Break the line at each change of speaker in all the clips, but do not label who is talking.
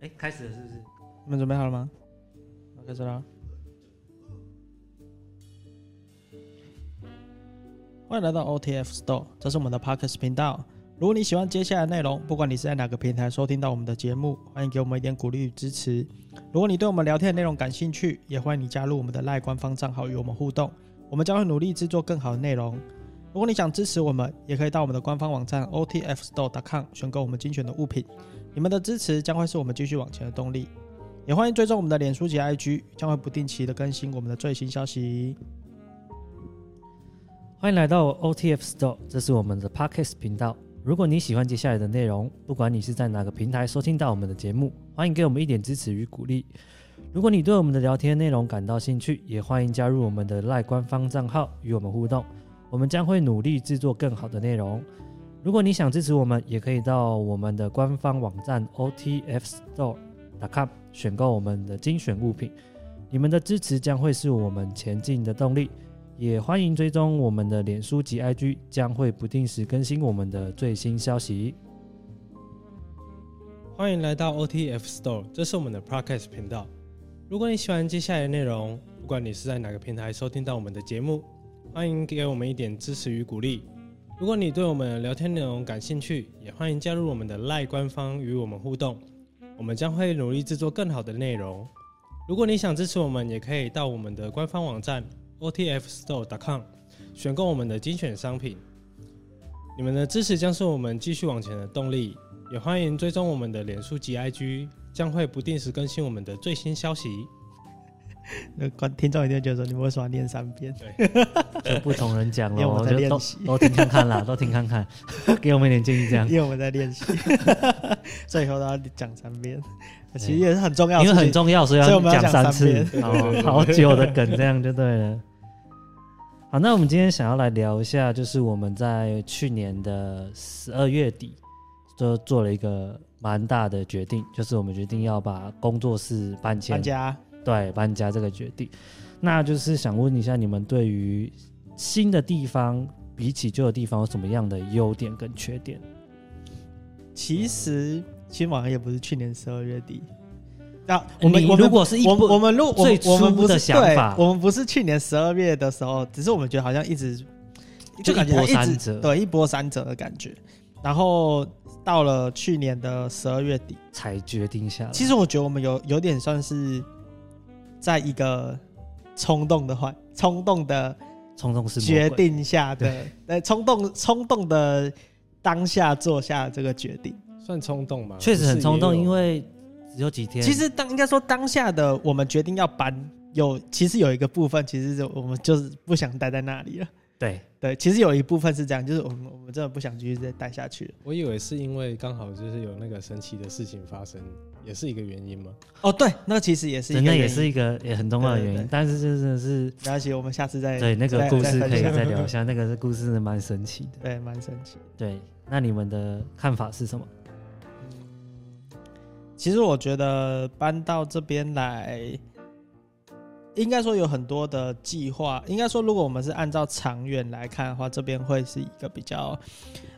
哎，开始了是不是？
你们准备好了吗？我开始了。欢迎来到 OTF Store，这是我们的 Podcast 频道。如果你喜欢接下来的内容，不管你是在哪个平台收听到我们的节目，欢迎给我们一点鼓励与支持。如果你对我们聊天的内容感兴趣，也欢迎你加入我们的赖官方账号与我们互动，我们将会努力制作更好的内容。如果你想支持我们，也可以到我们的官方网站 otfstore.com 选购我们精选的物品。你们的支持将会是我们继续往前的动力。也欢迎追踪我们的脸书及 IG，将会不定期的更新我们的最新消息。
欢迎来到 OTF Store，这是我们的 Podcast 频道。如果你喜欢接下来的内容，不管你是在哪个平台收听到我们的节目，欢迎给我们一点支持与鼓励。如果你对我们的聊天内容感到兴趣，也欢迎加入我们的赖官方账号与我们互动，我们将会努力制作更好的内容。如果你想支持我们，也可以到我们的官方网站 otfstore.com 选购我们的精选物品，你们的支持将会是我们前进的动力。也欢迎追踪我们的脸书及 IG，将会不定时更新我们的最新消息。
欢迎来到 OTF Store，这是我们的 Podcast 频道。如果你喜欢接下来的内容，不管你是在哪个平台收听到我们的节目，欢迎给我们一点支持与鼓励。如果你对我们的聊天内容感兴趣，也欢迎加入我们的赖官方与我们互动，我们将会努力制作更好的内容。如果你想支持我们，也可以到我们的官方网站 otfstore.com 选购我们的精选商品。你们的支持将是我们继续往前的动力。也欢迎追踪我们的脸书及 IG，将会不定时更新我们的最新消息。
那呃观听众一定会觉得说，你们为什么要念三遍？
就不同人讲
因
了，
为我
我
们在
就
练
都
习
都听看看啦， 都听看 看，给我们一点建议这样，
因为我们在练 习，所以以后都要讲三遍。其实也是很重要的
因为
事情，
很重要，所以
所以
要
我们要讲
三
三
次
遍，
哦，好久的梗，这样就对了。好，那我们今天想要来聊一下，就是我们在去年的十二月底就做了一个蛮大的决定，就是我们决定要把工作室搬迁
搬家。
对搬家这个决定。那就是想问一下，你们对于新的地方比起旧的地方有什么样的优点跟缺点？
其实新网也不是去年十二月底。那、
我
我
们
们我
如
们
果是一
我们我们录我们
最
我们
初
不
的
是
想
对
法
我们不是去年十二月的时候，只是我们觉得好像一直
就
感觉
一波
它
三
一
折
直对一波三折的感觉。然后到了去年的十二月底，
才决定下来，
其实我觉得我们有有点算是在一个冲动的话，冲动的
冲动是魔
决
鬼。
定下的， 呃，冲动冲动的当下做下这个决定。
算冲动吗？
确实很冲动，
不是也有
因为只有几天。
其实当应该说当下的我们决定要搬，有其实有一个部分，其实是我们就是不想待在那里了。
对，
对，其实有一部分是这样，就是我们我们真的不想继续再待下去了。
我以为是因为刚好就是有那个神奇的事情发生，也是一个原因吗？
哦，对，那其实也是一个
真的也
原因
是一个也很重要的原
对
因
对。对
但是这真的是
没关系，我们下次再
对那个故事可
再
以再
分享
聊一下，那个故事真的蛮神奇的。
对，蛮神奇的。
对，那你们的看法是什么？
其实我觉得搬到这边来，应该说有很多的计划。应该说，如果我们是按照长远来看的话，这边会是一个比较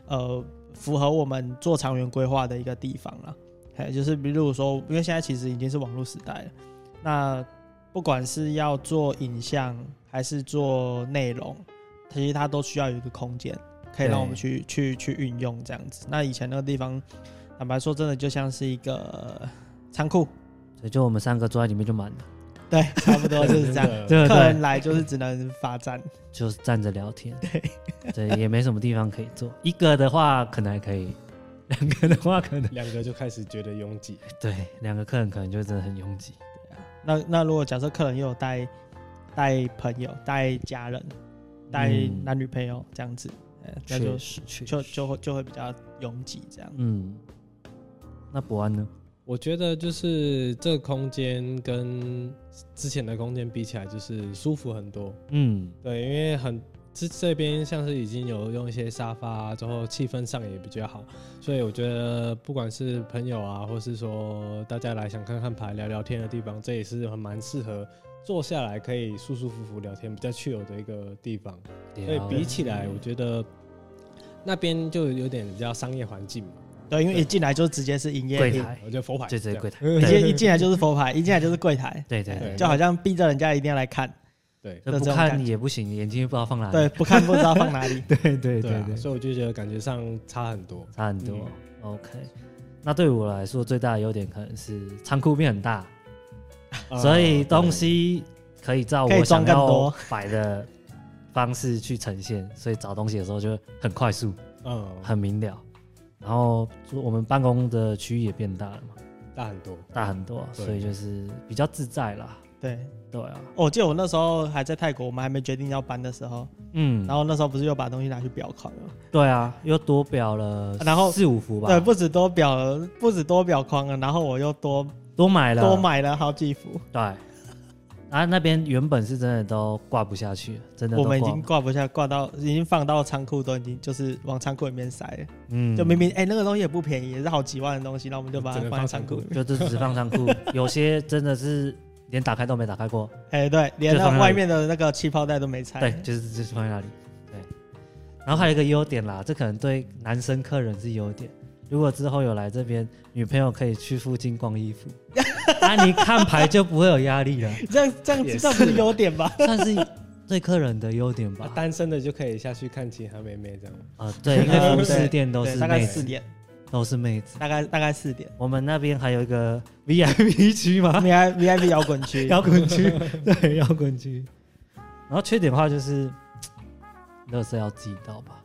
呃符合我们做长远规划的一个地方了。还就是比如说，因为现在其实已经是网络时代了，那不管是要做影像还是做内容，其实它都需要有一个空间，可以让我们
对
去去去运用这样子。那以前那个地方，坦白说，真的就像是一个仓库，
所以就我们三个坐在里面就满了，
对，差不
哦
多就是这样。
真的
对不
客人
对？
来就是只能罚站，
就是站着聊天，对，也没什么地方可以坐。一个的话可能还可以，两个的话可能
两个就开始觉得拥挤，
对，两个客人可能就真的很拥挤。
那那如果假设客人又有带带朋友、带家人、带
嗯
男女朋友这样子，呃那就
确实，确
就
实
就会就会比较拥挤这样。
嗯，那博安呢？
我觉得就是这个空间跟之前的空间比起来，就是舒服很多。
嗯，
对，因为很这这边像是已经有用一些沙发、啊，之后气氛上也比较好，所以我觉得不管是朋友啊，或是说大家来想看看牌、聊聊天的地方，这也是很蛮适合坐下来可以舒舒服服聊天、比较去有的一个地方。所以比起来，我觉得那边就有点比较商业环境嘛，
对，因为一进来就直接是营业
柜
厅，
台，
我就佛牌
对
这
对
样
柜台，
一进一进来就是佛牌，一进来就是柜台，
对对
对
对，
就好像逼着人家一定要来看，
对
这
就
不
这种感
看
觉
也不行，眼睛不知道放哪里。
对，不看不知道放哪里。
啊 对对
对啊，所以我就觉得感觉上差很多。
差很多。OK，那对我来说最大的优点可能是仓库变很大，
啊
所以
对
东西可以照
可以
我
装
想
更
要
多
摆的方式去呈现，所以找东西的时候就很快速、
嗯
很明了。然后我们办公的区域也变大了嘛，
大很多，
大很多，啊
对
所以就是比较自在啦。
对，
对啊，
哦我记得我那时候还在泰国，我们还没决定要搬的时候，
嗯
然，后那时候不是又把东西拿去裱框了吗？
对啊，又多表了，
啊然后
四五幅吧，
对，不止多裱了，不止多裱框了，然后我又多
多买了，
多买了好几幅，
对，然后那边原本是真的都挂不下去了，真的
我
都
们已
挂
经挂不下，挂到已经放到仓库，都已经就是往仓库里面塞了。
嗯
就明明哎、那个东西也不便宜，也是好几万的东西，然后我们就把它
只能
嗯放在
放
仓
仓
库
库
里面。
就这只放仓库，有些真的是连打开都没打开过。
哎、对，连
就
那
放在那里
外面的那个气泡袋都没拆。
对，就是就是放在那里。对，然后还有一个优点啦，这可能对男生客人是优点。如果之后有来这边，女朋友可以去附近逛衣服，啊，你看牌就不会有压力了，
这样这样
也是
这不是优点吧？
算是对客人的优点
啊
吧。
单身的就可以下去看其他妹妹这样。
啊，对，因为服饰店都
对，
是
大概
妹
四
子，
点，
都是妹子。
大概大概四点。
我们那边还有一个 VIP 区吗？
V I V I P 摇滚 区，
摇滚区，对，摇滚区。然后缺点的话就是，乐色要自己倒吧，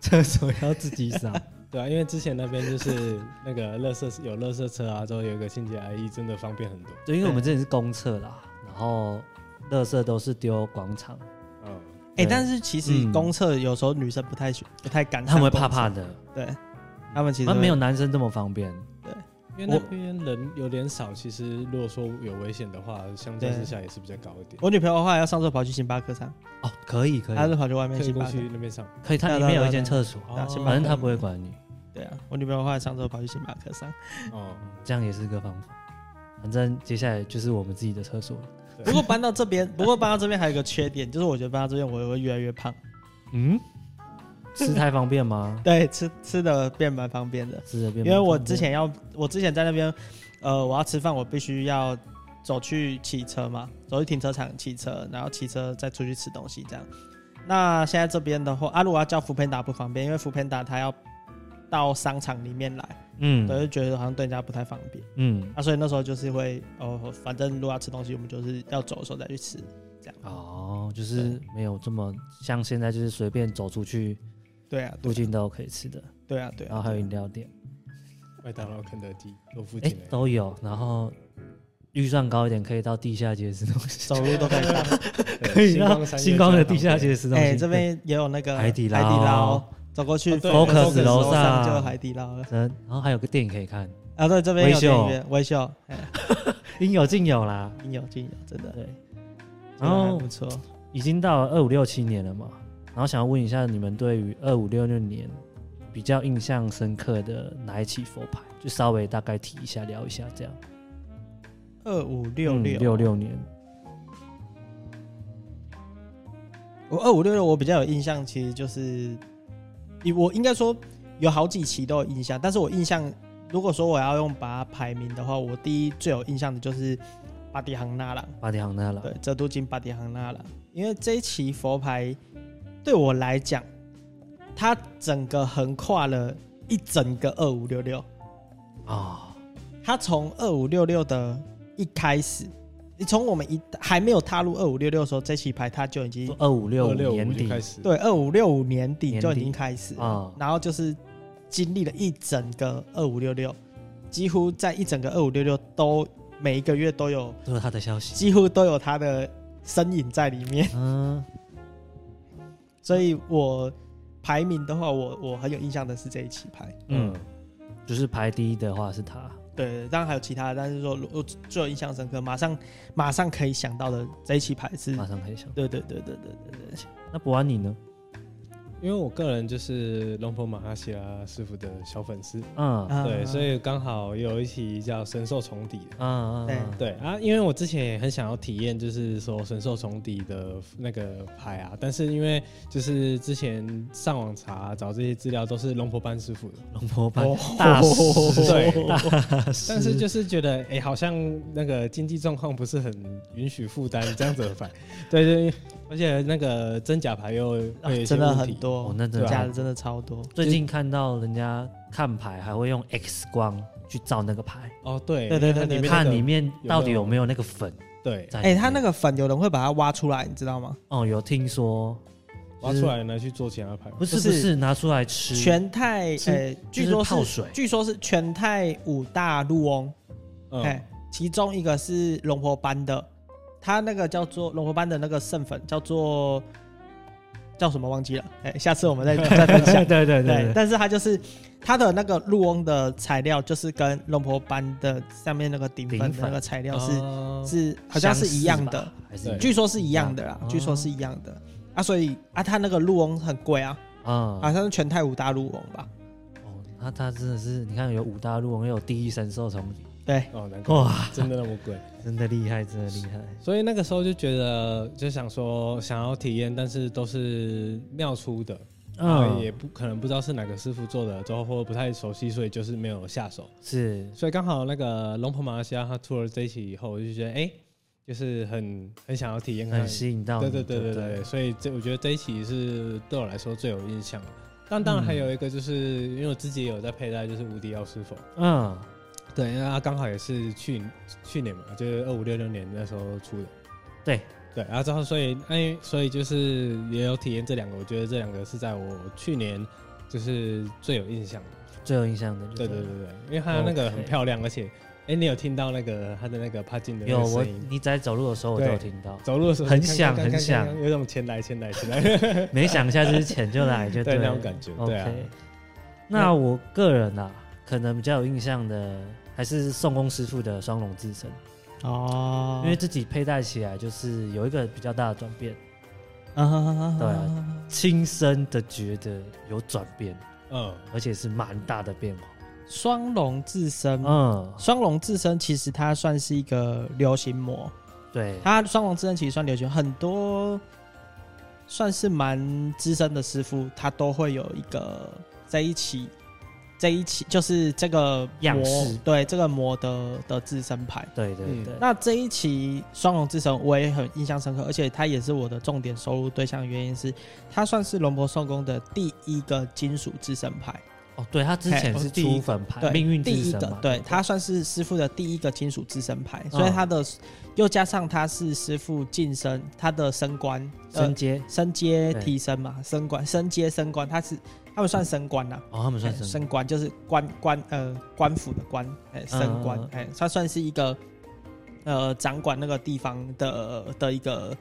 厕所要自己扫。
对啊，因为之前那边就是那个垃圾有垃圾车啊，之后有一个清洁阿姨，真的方便很多。
对，因为我们这里是公厕啦，然后乐色都是丢广场，
嗯，
哎、
对
但是其实
嗯
公厕有时候女生不太喜不太敢，
他们会怕怕，的，
对，他们其实
他们没有
会
男生这么方便。
因为那边人有点少，其实如果说有危险的话，相较之下也是比较高一点。
我女朋友的话，要上厕跑去星巴克上，
哦，可以可
她
以
就跑去外面
可以
星
过
巴克。
去那边上，
可以，它
对啊
里
对啊
面有一
对啊
间厕所，
对啊星巴克
反正他不会管你，
对啊，我女朋友的话，上厕跑去星巴克上。
哦，
这样也是个方法。反正接下来就是我们自己的厕所了。
啊
不过搬到这边，不过搬到这边还有一个缺点，就是我觉得搬到这边我会越来越 胖。？
嗯，吃太方便吗
对，吃吃的变蛮方便的，
吃的变
因
蛮方便，
为我之前要，我之前在那边，呃，我要吃饭，我必须要走去骑车嘛，走去停车场骑车，然后骑车再出去吃东西这样。那现在这边的话，阿、啊、如果要叫福片达不方便，因为福片达他要到商场里面来，
嗯
对，就觉得好像对人家不太方便。
嗯
啊，所以那时候就是会哦，反正如果要吃东西，我们就是要走的时候再去吃，这样。
哦，就是没有这么像现在，就是随便走出去，
对啊，
附
对
近都有可以吃的，
对啊，对
然
啊。
后还有饮料店，
麦当劳、肯德基都附
哎、
近的。
都有。然后预算高一点，可以到地下街吃东西，
走路都可以到。
对
可以
星
到
光三月
星光的
在旁
地
边
下街吃东西。
哎、这边也有那个
海底捞
海底捞，走过去
哦对
Focus 楼
楼
上
就有海底捞了。
真，然后还有个电影可以 看，
啊，对，这边有
微秀
电影院，微笑，哎，
应有尽有啦。
应有尽有，真的，
对，
真
然
的还
后
不错。
已经到了二五六七年了嘛，然后想要问一下你们对于二五六六年比较印象深刻的哪一起佛牌，就稍微大概提一下聊一下这样。
二五六六
嗯六，六年，
我二五六六，我比较有印象，其实就是，以我应该说有好几期都有印象，但是我印象，如果说我要用把它排名的话，我第一最有印象的就是巴迪杭纳朗。
巴迪昂纳了。
对，泽都金巴迪杭纳了。因为这一期佛牌对我来讲，它整个横跨了一整个二五六六，
啊、
它从二五六六的一开始，你从我们一还没有踏入二五六六的时候，这期牌它就已经
哦，二五六
二六
年
五就
底
开始，
对二五六五年底
年
就已
底
经开始了
啊
然后就是经历了一整个二五六六，几乎在一整个二五六六都每一个月都有，
都有他的消息。
几乎都有它的身影在里面。
嗯，
所以我排名的话，我我很有印象的是这一期排，
嗯
嗯，
就是排第一的话是他，
对，当然还有其他的，但是说如我最有印象深刻，马上马上可以想到的这一期排是，
马上可以想。
对对对对对对对，
那博安你呢？
因因为我个人就是龙婆马哈希拉师傅的小粉丝，
嗯嗯
啊
对，所以刚好有一题叫神兽重底的。
嗯，
对
嗯
对啊，因为我之前也很想要体验，就是说神兽重底的那个牌啊，但是因为就是之前上网查找这些资料都是龙婆班师傅的，
龙婆
哦
班 大师，
对
大师，
但是就是觉得，哎、好像那个经济状况不是很允许负担这样子的牌， 对对，而且那个真假牌又会有一些
啊真的
问
很
题，
多
哦，那真
的
假的真的超多。
最近看到人家看牌还会用 X 光去照那个牌，
哦，对
对对对对
里面那
看
个
里面到底有没有那个粉
对
在里
哎、
面。
他那个粉有人会把它挖出来，你知道吗？
哦，有听说，
挖出来呢去做其他牌吗，
不是
不
不
是
是拿出来吃，
全泰，
是
呃，
就
据
是
说
泡
是，
水，
据说是全泰五大陆翁，哎、
嗯，
其中一个是龙婆班的，他那个叫做龙婆班的那个圣粉叫做叫什么忘记了，哎、下次我们 再再分享。
对对
对，，但是它就是它的那个鹿翁的材料，就是跟龙婆班的上面那个顶粉
顶
的
粉
那个材料是、
哦
是好像是一样的，
相似吧，还是
对
据说是一样的啦，
哦
据说是一样的啊，所以啊，它那个鹿翁很贵啊，
啊
好像是全泰五大鹿翁吧？
哦，那他真的是，你看有五大陆，我们有第一神兽从
对，
哦，难怪
哇，
真的那么贵。
真的厉害，真的厉害。
所以那个时候就觉得，就想说想要体验，但是都是妙出的，嗯，也
嗯，
不可能不知道是哪个师傅做的，之后或不太熟悉，所以就是没有下手。
是
所以刚好那个龙婆马来西亚他出了这一期以后，我就觉得哎、就是很很想要体验看
很
看，
吸引到
对
你，
嗯对对对
不
对，所以这我觉得这一期是对我来说最有印象的。但当然还有一个就是、因为我自己也有在佩戴，就是无敌药师佛，
嗯，
对，那它刚好也是去去年嘛，就是二五六六年那时候出的。
对
对，然后之后所以哎，所以就是也有体验这两个，我觉得这两个是在我去年就是最有印象的。
最有印象的，
对对对对，因为它那个很漂亮，而且哎，你有听到那个它的那个帕金的那
有
个
我
声音，
你在走路的时候我都有
对
听到，
走路的时候
很
就看
响
看
很
看看
响
看有种前来前 来前
哎
来，
没想一下之前就来 就
对
了
那种感觉，对啊，
OK，那我个人啊，可能比较有印象的还是宋公师傅的双龙自身，
哦
因为自己佩戴起来就是有一个比较大的转变，
啊
对啊亲身的觉得有转变，
嗯，
而且是蛮大的变化。
双龙自身，
嗯，
双龙自身其实它算是一个流行模，
对，
它双龙自身其实算流行，很多算是蛮资深的师傅，他都会有一个在一起。这一期就是这个
样
模
式
对这个模的的自身牌，
对对
嗯
对，
那这一期《双龙之神》我也很印象深刻，而且它也是我的重点收入对象，的原因是它算是龙婆寿宫的第一个金属之神牌，
哦，对他之前
嘿
是
哦第一
出粉牌，
对，
啊命运
第
之
一
神
个
嘛，，嗯
对，
不
它算是师傅的第一个金属之神牌，所以它的、又加上它是师傅晋升，他的升官，呃
升，阶，
升阶
对
提升嘛，升官，升阶升官，他是他们算升官啦、
哦，他们算
哎
升
升官就是官官呃官府的官，哎、升官
嗯嗯，
哎、他算是一个呃掌管那个地方的的一个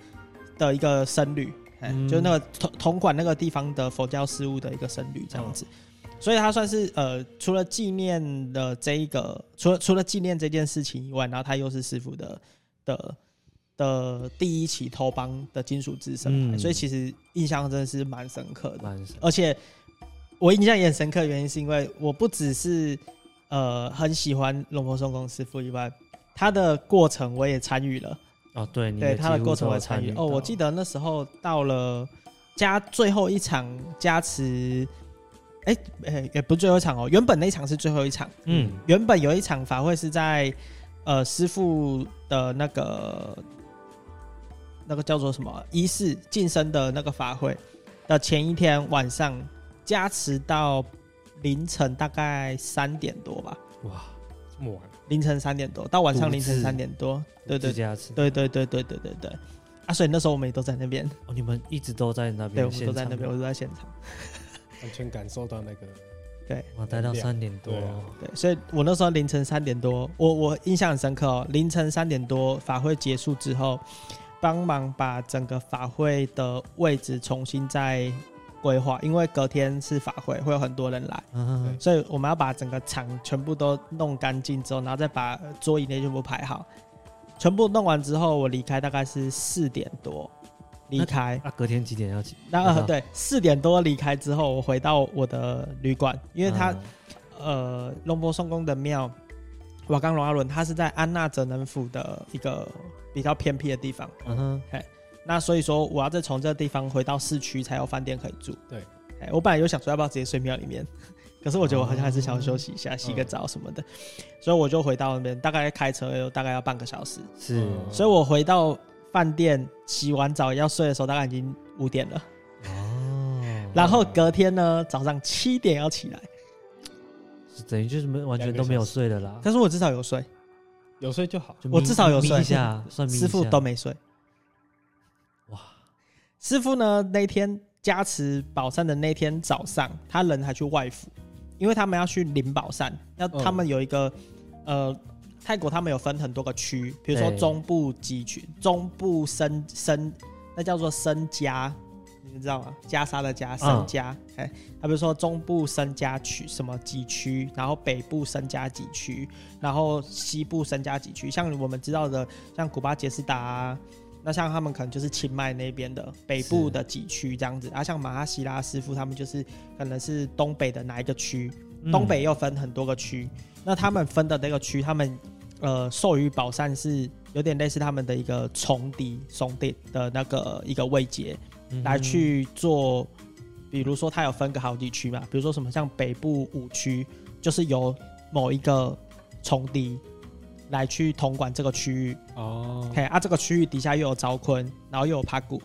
的一个僧侣，哎、
嗯
就是那个统统管那个地方的佛教事务的一个僧侣这样子。
哦
所以他算是呃，除了纪念的这一个，除了除了纪念这件事情以外，然后他又是师傅的的的第一起偷帮的金属之神牌，
嗯
所以其实印象真的是蛮深刻的。
官神，
而且我印象也很深刻，原因是因为我不只是呃很喜欢龙婆松公师傅以外，他的过程我也参与了，
哦，对，你
对
也
他的
几乎
过程
都
我也
有参
参与。
与
哦，我记得
得
那时候到了加最后一场加持，哎、哎、也不是最后一场哦，原本那一场是最后一场，
嗯，
原本有一场法会是在呃师傅的那个那个叫做什么仪式晋升的那个法会的前一天晚上，加持到凌晨大概三点多吧，
哇，
这么晚，
凌晨三点多到晚上凌
独
晨
自
三点多，对对
自家吃，
对对对对对对对。啊，所以那时候我们也都在那边，
哦，你们一直都在那
对，
边，
我们都在那边，我
现
都在现场。
完全感受到那个
场，哇，待到三点多
对，啊
对，所以我那时候凌晨三点多，我我印象很深刻哦。凌晨三点多，法会结束之后，帮忙把整个法会的位置重新再规划，因为隔天是法会，会有很多人来，
嗯，
所以我们要把整个场全部都弄干净之后，然后再把桌椅那些全部排好。全部弄完之后，我离开大概是四点多，离开。
那隔天几点要起？
那、
知
呃、
道
对，四点多离开之后，我回到我的旅馆，因为他、
嗯
呃，龙伯宋宫的庙瓦冈龙阿伦，它是在安纳泽能府的一个比较偏僻的地方。
嗯哼，
那所以说，我要再从这地方回到市区才有饭店可以住。
对
哎，我本来有想说要不要直接睡庙里面， 可是我觉得我好像还是想要休息一下，洗个澡什么的，所以我就回到那边，大概开车有大概要半个小时。
是
嗯
所以我回到饭店洗完澡要睡的时候，大概已经五点了。
哦，
然后隔天呢，早上七点要起来，
是等于就是没完全都没有睡的啦。
但是我至少有睡，
有睡就好。
就
我
眯
至少有
眯
睡
一下，算眯一
师傅
下
都没睡。
哇，
师傅呢那天加持宝山的那天早上，他人还去外府，因为他们要去灵宝山，要
嗯
他们有一个、
嗯
呃，泰国他们有分很多个区，比如说
对
中部集区、中部深深，那叫做深家。你们知道吗？袈裟的袈，深家，
啊
哎、他比如说中部深家区什么几区，然后北部深家几区，然后西部深家几区，像我们知道的，像古巴杰斯达、啊，那像他们可能就是清迈那边的北部的几区这样子，啊，像马哈希拉师傅他们就是可能是东北的哪一个区，
嗯
东北又分很多个区，那他们分的那个区，他们呃授予宝山是有点类似他们的一个重敌松地的那个一个位阶，
嗯哼
来去做，比如说它有分个好几区嘛，比如说什么像北部五区，就是由某一个重敌来去统管这个区域，
哦，
嘿啊，这个区域底下又有招坤，然后又有帕古，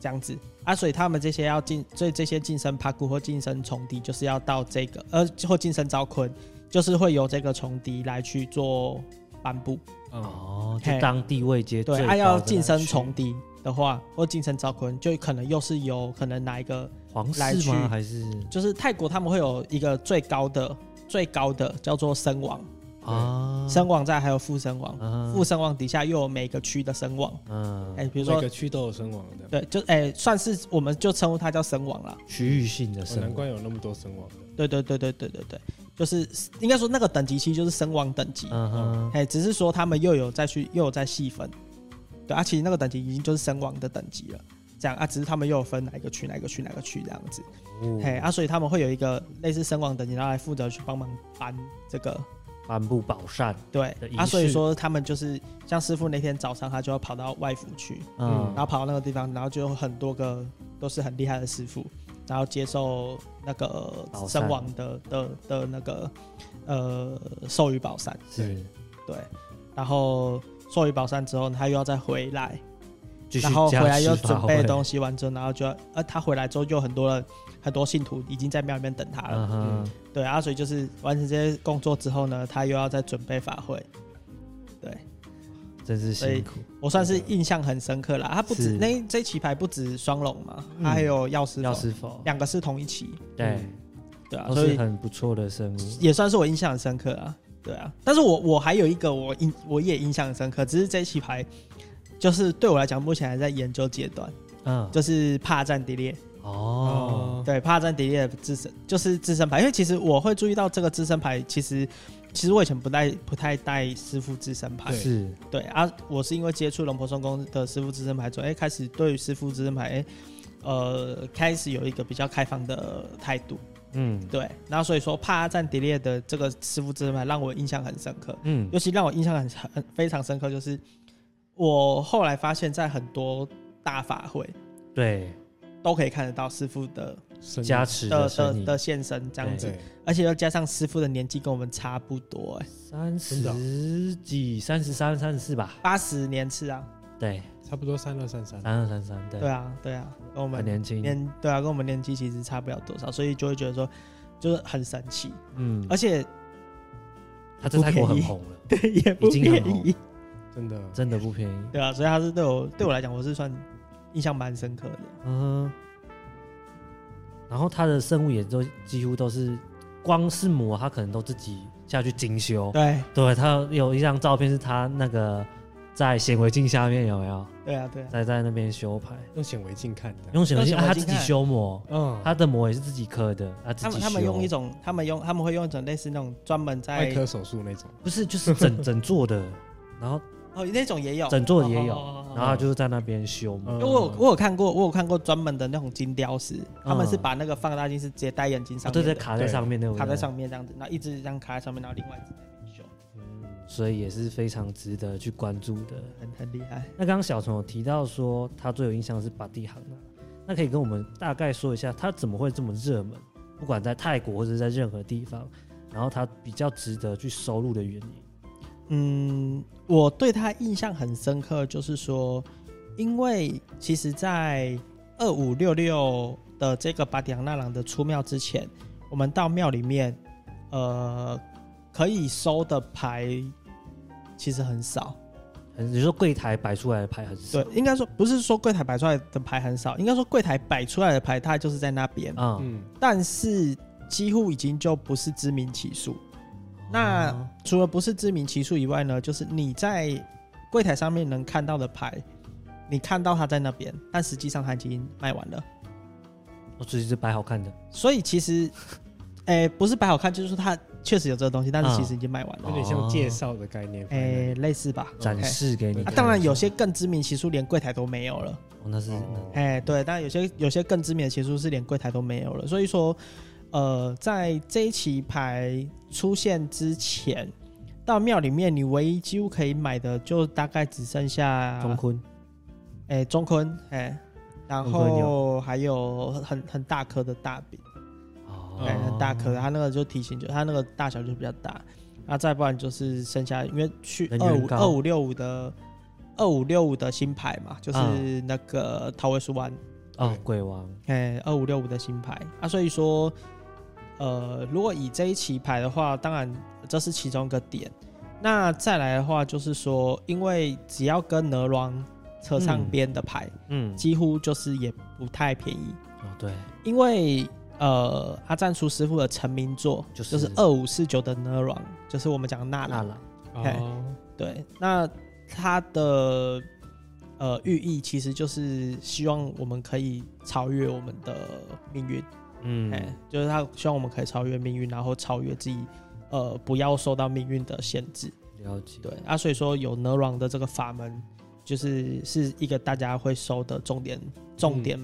这样子啊，所以他们这些要晋，所以这些晋升帕古或晋升重敌，就是要到这个呃或晋升招坤，就是会由这个重敌来去做颁布。
嗯，
哦，
嘿
就当地位阶
对，
最
啊，
高
要
的
晋升
区
重敌的话，或晋升招坤，就可能又是由可能哪一个，
皇
来
室
去
吗？还是
就是泰国他们会有一个最高的最高的叫做身王，
啊
身王在还有副身王，
嗯
副身王底下又有每个区的身王。
嗯
哎、比如说
每个区都有身亡的，
对，就哎、算是我们就称呼它叫神王啦。
区域性的
哦
生
难
活
怪有那么多身亡的。
对对对对对对对，就是应该说那个等级其实就是神王等级，哎、
嗯哼，
只是说他们又有再去又有在细分，对啊，其实那个等级已经就是神王的等级了，这样啊，只是他们又有分哪一个区哪一个区哪个区这样子，
哦
嘿、啊，所以他们会有一个类似神王等级，然后来负责去帮忙搬这个。
颁布宝扇，
对
的仪
啊，所以
式
说他们就是像师傅那天早上，他就要跑到外服去，
嗯
然，后跑到那个地方，然后就有很多个都是很厉害的师傅，然后接受那个
宝山
身亡的的的那个呃授予宝山，
是
对，然后授予宝山之后，他又要再回来，
继续
然后回
加
来又
持法
准备
会
东西完之后，然后就要呃他回来之后，就有很多人很多信徒已经在庙里面等他了，
嗯哼，
对啊，所以就是完成这些工作之后呢，他又要再准备法会，对。
真是
所以
辛苦，
我算是印象很深刻啦。它不
啊是
止那这棋牌不止双龙嘛，
嗯
它还有药师
药
佛，
师佛
两个是同一棋，
对，
对啊，
都
所
是
以
很不错的生物，
也算是我印象很深刻啊。对啊，但是我我还有一个我印我也印象很深刻，只是这棋牌就是对我来讲目前还在研究阶段，
嗯，
就是帕战迪列。
哦，
对，帕战迪列的自身就是自身牌，因为其实我会注意到这个自身牌，其实其实我以前不带不太带师傅自身牌，
是，
对啊，我是因为接触龙婆松宫的师傅资深牌之后，哎、开始对于师傅资深牌，哎、呃，开始有一个比较开放的态度。
嗯
对，然后所以说帕拉赞迪列的这个师傅资深牌让我印象很深刻，
嗯
尤其让我印象很很非常深刻，就是我后来发现，在很多大法会
对，
都可以看得到师傅的
身
加持
的
身
的
影，
的现身这样子，
对，
而且又加上师傅的年纪跟我们差不多、哎，
三
真的哦
十几、三十三、三十四吧，
八十年次啊，
对，
差不多三二三三。
三二三三，对
对，啊，对啊，跟我们
很年轻，
年对啊，跟我们年纪其实差不了多少，所以就会觉得说就是很神奇，
嗯，
而且
他在泰国
不便宜
很红了，
对也不
已经很
便
红
宜，
真的，
真的不便宜，
对啊，所以他是对我对我来讲，我是算印象蛮深刻的。
嗯哼，然后他的生物也都几乎都是，光是膜他可能都自己下去精修，
对
对他有一张照片是他那个在显微镜下面有没有
对啊对啊，
在在那边修牌，
用显微镜看的。
用显微镜、
用显微镜
啊他自己修膜，
嗯，
他的膜也是自己刻的，他自
他们
己修。哦
他们用一种他们用他们会用一种类似那种专门
外
在
科手术那种。
不是就是整整座的，然后
哦那种也有
整座的也有
哦哦哦哦哦
然后他就是在那边修嘛。
因
嗯
哎为我有我有看过，我有看过专门的那种金雕师，他们是把那个放大镜是直接戴眼睛
嗯哦
上
对
面的，
对，卡在上面那个
卡在上面这样子，然后一只这样卡在上面，然后另外一只在那边修，
所以也是非常值得去关注的。
很很厉害。
那刚刚小虫有提到说他最有印象是巴蒂行啊，那可以跟我们大概说一下他怎么会这么热门？不管在泰国或者在任何地方，然后他比较值得去收录的原因。
嗯，我对他印象很深刻，就是说，因为其实，在二五六六的这个巴迪昂纳朗的出庙之前，我们到庙里面，呃，可以收的牌其实很少。
很你说柜台摆出来的牌很少，
对，应该说不是说柜台摆出来的牌很少，应该说柜台摆出来的牌它就是在那边，
啊，
嗯，
但是几乎已经就不是知名起数。那
哦
除了不是知名奇数以外呢，就是你在柜台上面能看到的牌，你看到它在那边，但实际上它已经卖完了。
我只是摆好看的，
所以其实，诶、不是摆好看，就是说它确实有这个东西，但是其实已经卖完了。
有点像介绍的概念。
诶、类似吧。
展
OK
示给你
啊
看。
当然有些更知名奇数连柜台都没有了。
哦那是
哦
哎、对，但有些有些更知名的奇数是连柜台都没有了。所以说，呃，在这一期牌出现之前，到庙里面你唯一几乎可以买的，就大概只剩下
中，坤
哎、中坤，哎、然
中坤
后还有很很大颗的大饼，
哦
哎、很大颗的，它那个就体型就它那个大小就比较大。那再不然就是剩下，因为去
人
二
缘
五
高
二五六五的二五六五的新牌嘛，就是
啊
那个桃尾树湾。
哦，鬼王
哎，二五六五的新牌啊，所以说，呃，如果以这一期牌的话，当然这是其中一个点。那再来的话，就是说，因为只要跟哪吒扯上边的牌，
嗯
几乎就是也不太便宜，
哦对，
因为呃，阿赞厨师傅的成名作
就
就是是二五四九的哪吒，就是我们讲的纳
纳
兰。
兰
哦，
对，那它的呃寓意其实就是希望我们可以超越我们的命运。哎、
嗯
就是他希望我们可以超越命运，然后超越自己，呃，不要受到命运的限制。
了解
对啊，所以说有能朗的这个法门，就是是一个大家会收的重点、重点、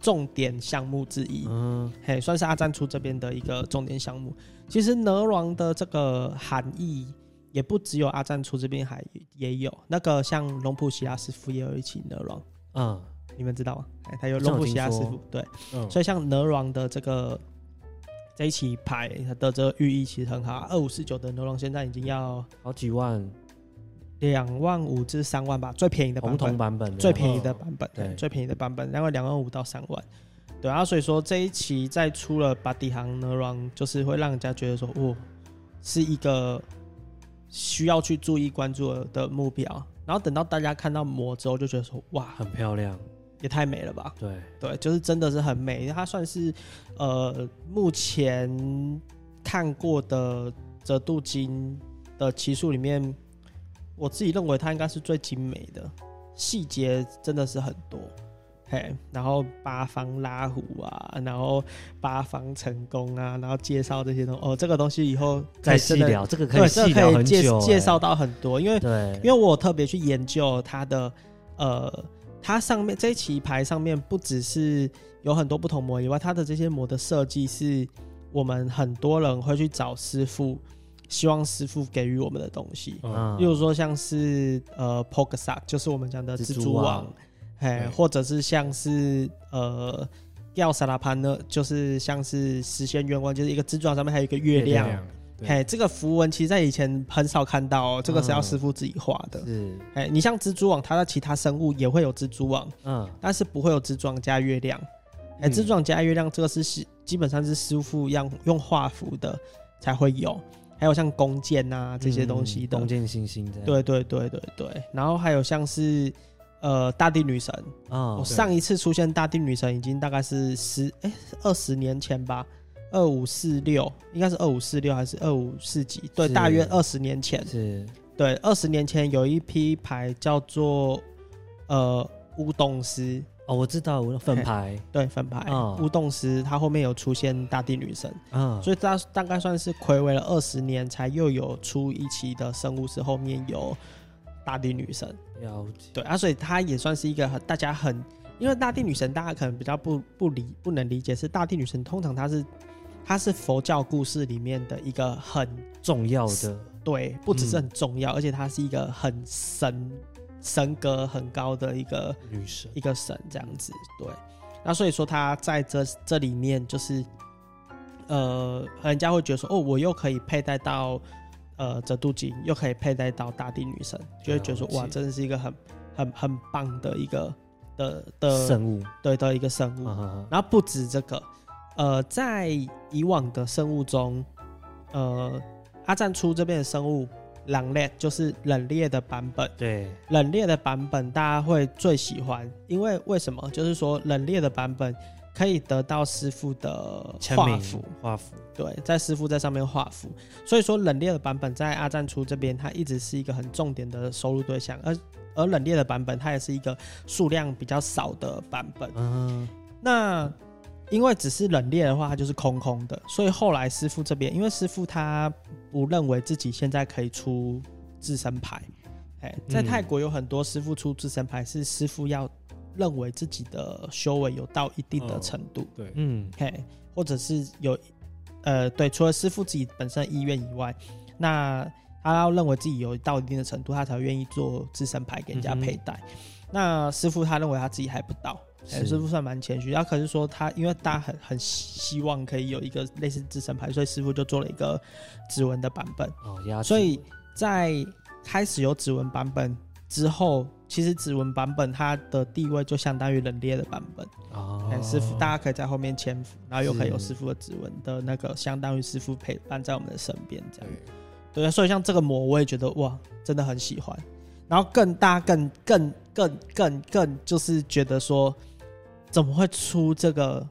重点项目之一。
嗯
嘿，算是阿占出这边的一个重点项目。其实哪吒的这个含义也不只有阿占出这边还也有，那个像龙普西亚师傅也有一起哪吒，
嗯
你们知道吗？哎，他有
好像
龙
有
普
听
西亚师
说
傅，对。
嗯，
所以像哪吒的这个这一期牌，它的这个寓意其实很好。啊二五四九的哪吒现在已经要
好几万
两万五至三万吧，最便宜的版
红
本
铜，版本的哦
最便宜的版本，
对
对，最便宜的版本，然后两万五到三万。对啊，所以说这一期再出了把底行哪吒，就是会让人家觉得说，哦，是一个需要去注意关注的目标。然后等到大家看到魔之后，就觉得说，哇，
很漂亮，
也太美了吧！
对
对，就是真的是很美，它算是呃目前看过的折度金的奇数里面，我自己认为它应该是最精美的，细节真的是很多。嘿，然后八方拉虎啊，然后八方成功啊，然后介绍这些东西哦，这个东西以后可
再
以
细
真的，
聊这个可
对，
以
这
细
个
聊
可以
很
介
久
介
欸
绍到很多，因为
对，
因为我有特别去研究它的，呃，它上面这一棋牌上面不只是有很多不同模以外，它的这些模的设计是我们很多人会去找师傅，希望师傅给予我们的东西。
哦
嗯
例如说像是呃 p o k e s a c 就是我们讲的蜘蛛网，哎
对，
或者是像是呃。要萨拉潘呢，就是像是实现愿望，就是一个蜘蛛网上面还有一个月
月亮
亮。
亮对
嘿，这个符文其实在以前很少看到、哦，这个是要
嗯
师傅自己画的。
是
哎，你像蜘蛛网，它的其他生物也会有蜘蛛网，
嗯
但是不会有蜘蛛网加月亮。哎，
嗯
蜘蛛网加月亮这个是是基本上是师傅让用画符的才会有，还有像弓箭啊这些东西
嗯
的。
弓箭星星这样
对对对对对，然后还有像是呃大地女神，
啊
我哦上一次出现大地女神已经大概是十哎二十年前吧，二五四六应该是二五四六还是二五四几？对，
是
大约二十年前。
是
对，二十年前有一批牌叫做呃乌洞师，
哦我知道我的粉牌
对，粉牌
嗯
乌洞师，它后面有出现大地女神，
嗯
所以大大概算是暌违了二十年，才又有出一期的生物师，后面有大地女神。
了解，
对啊，所以她也算是一个很大家很，因为大地女神大家可能比较不不理不能理解，是大地女神通常她是她是佛教故事里面的一个很
重要的
对，不只是
嗯
很重要，而且她是一个很神神格很高的一个
女神，
一个神这样子。对，那所以说他在这这里面就是，呃，人家会觉得说，哦，我又可以佩戴到呃折度金，又可以佩戴到大地女神，就会觉得说
了，解
哇，真的是一个很很很棒的一个的的
圣物，嗯
对的一个生物。
哈哈哈
然后不止这个，呃，在以往的生物中，呃，阿赞出这边的生物冷冽就是冷冽的版本。
对，
冷冽的版本大家会最喜欢，因为为什么？就是说冷冽的版本可以得到师傅的
签
画
名
符，
画符，
对，在师傅在上面画符，所以说冷冽的版本在阿战出这边，它一直是一个很重点的收入对象，而而冷冽的版本它也是一个数量比较少的版本。
嗯，
那因为只是冷冽的话，它就是空空的，所以后来师傅这边，因为师傅他不认为自己现在可以出自身牌，哎，在
嗯
泰国有很多师傅出自身牌是师傅要认为自己的修为有到一定的
哦
程度，
对，
嗯，
嘿，或者是有，呃，对，除了师傅自己本身的意愿以外，那他要认为自己有到一定的程度，他才愿意做自身牌给人家
嗯哼
佩戴。那师傅他认为他自己还不到，哎
是
师傅算蛮谦虚。他可是说他因为大家很很希望可以有一个类似自身牌，所以师傅就做了一个指纹的版本。
哦，压制，
所以在开始有指纹版本之后，其实指纹版本它的地位就相当于冷冽的版本。
哦
哎，师傅，大家可以在后面签符，然后又可以有
是
师傅的指纹的那个，相当于师傅陪伴在我们的身边这
对
样。，对啊，所以像这个膜，我也觉得哇，真的很喜欢。然后更大、更更更更更，就是觉得说，怎么会出这个，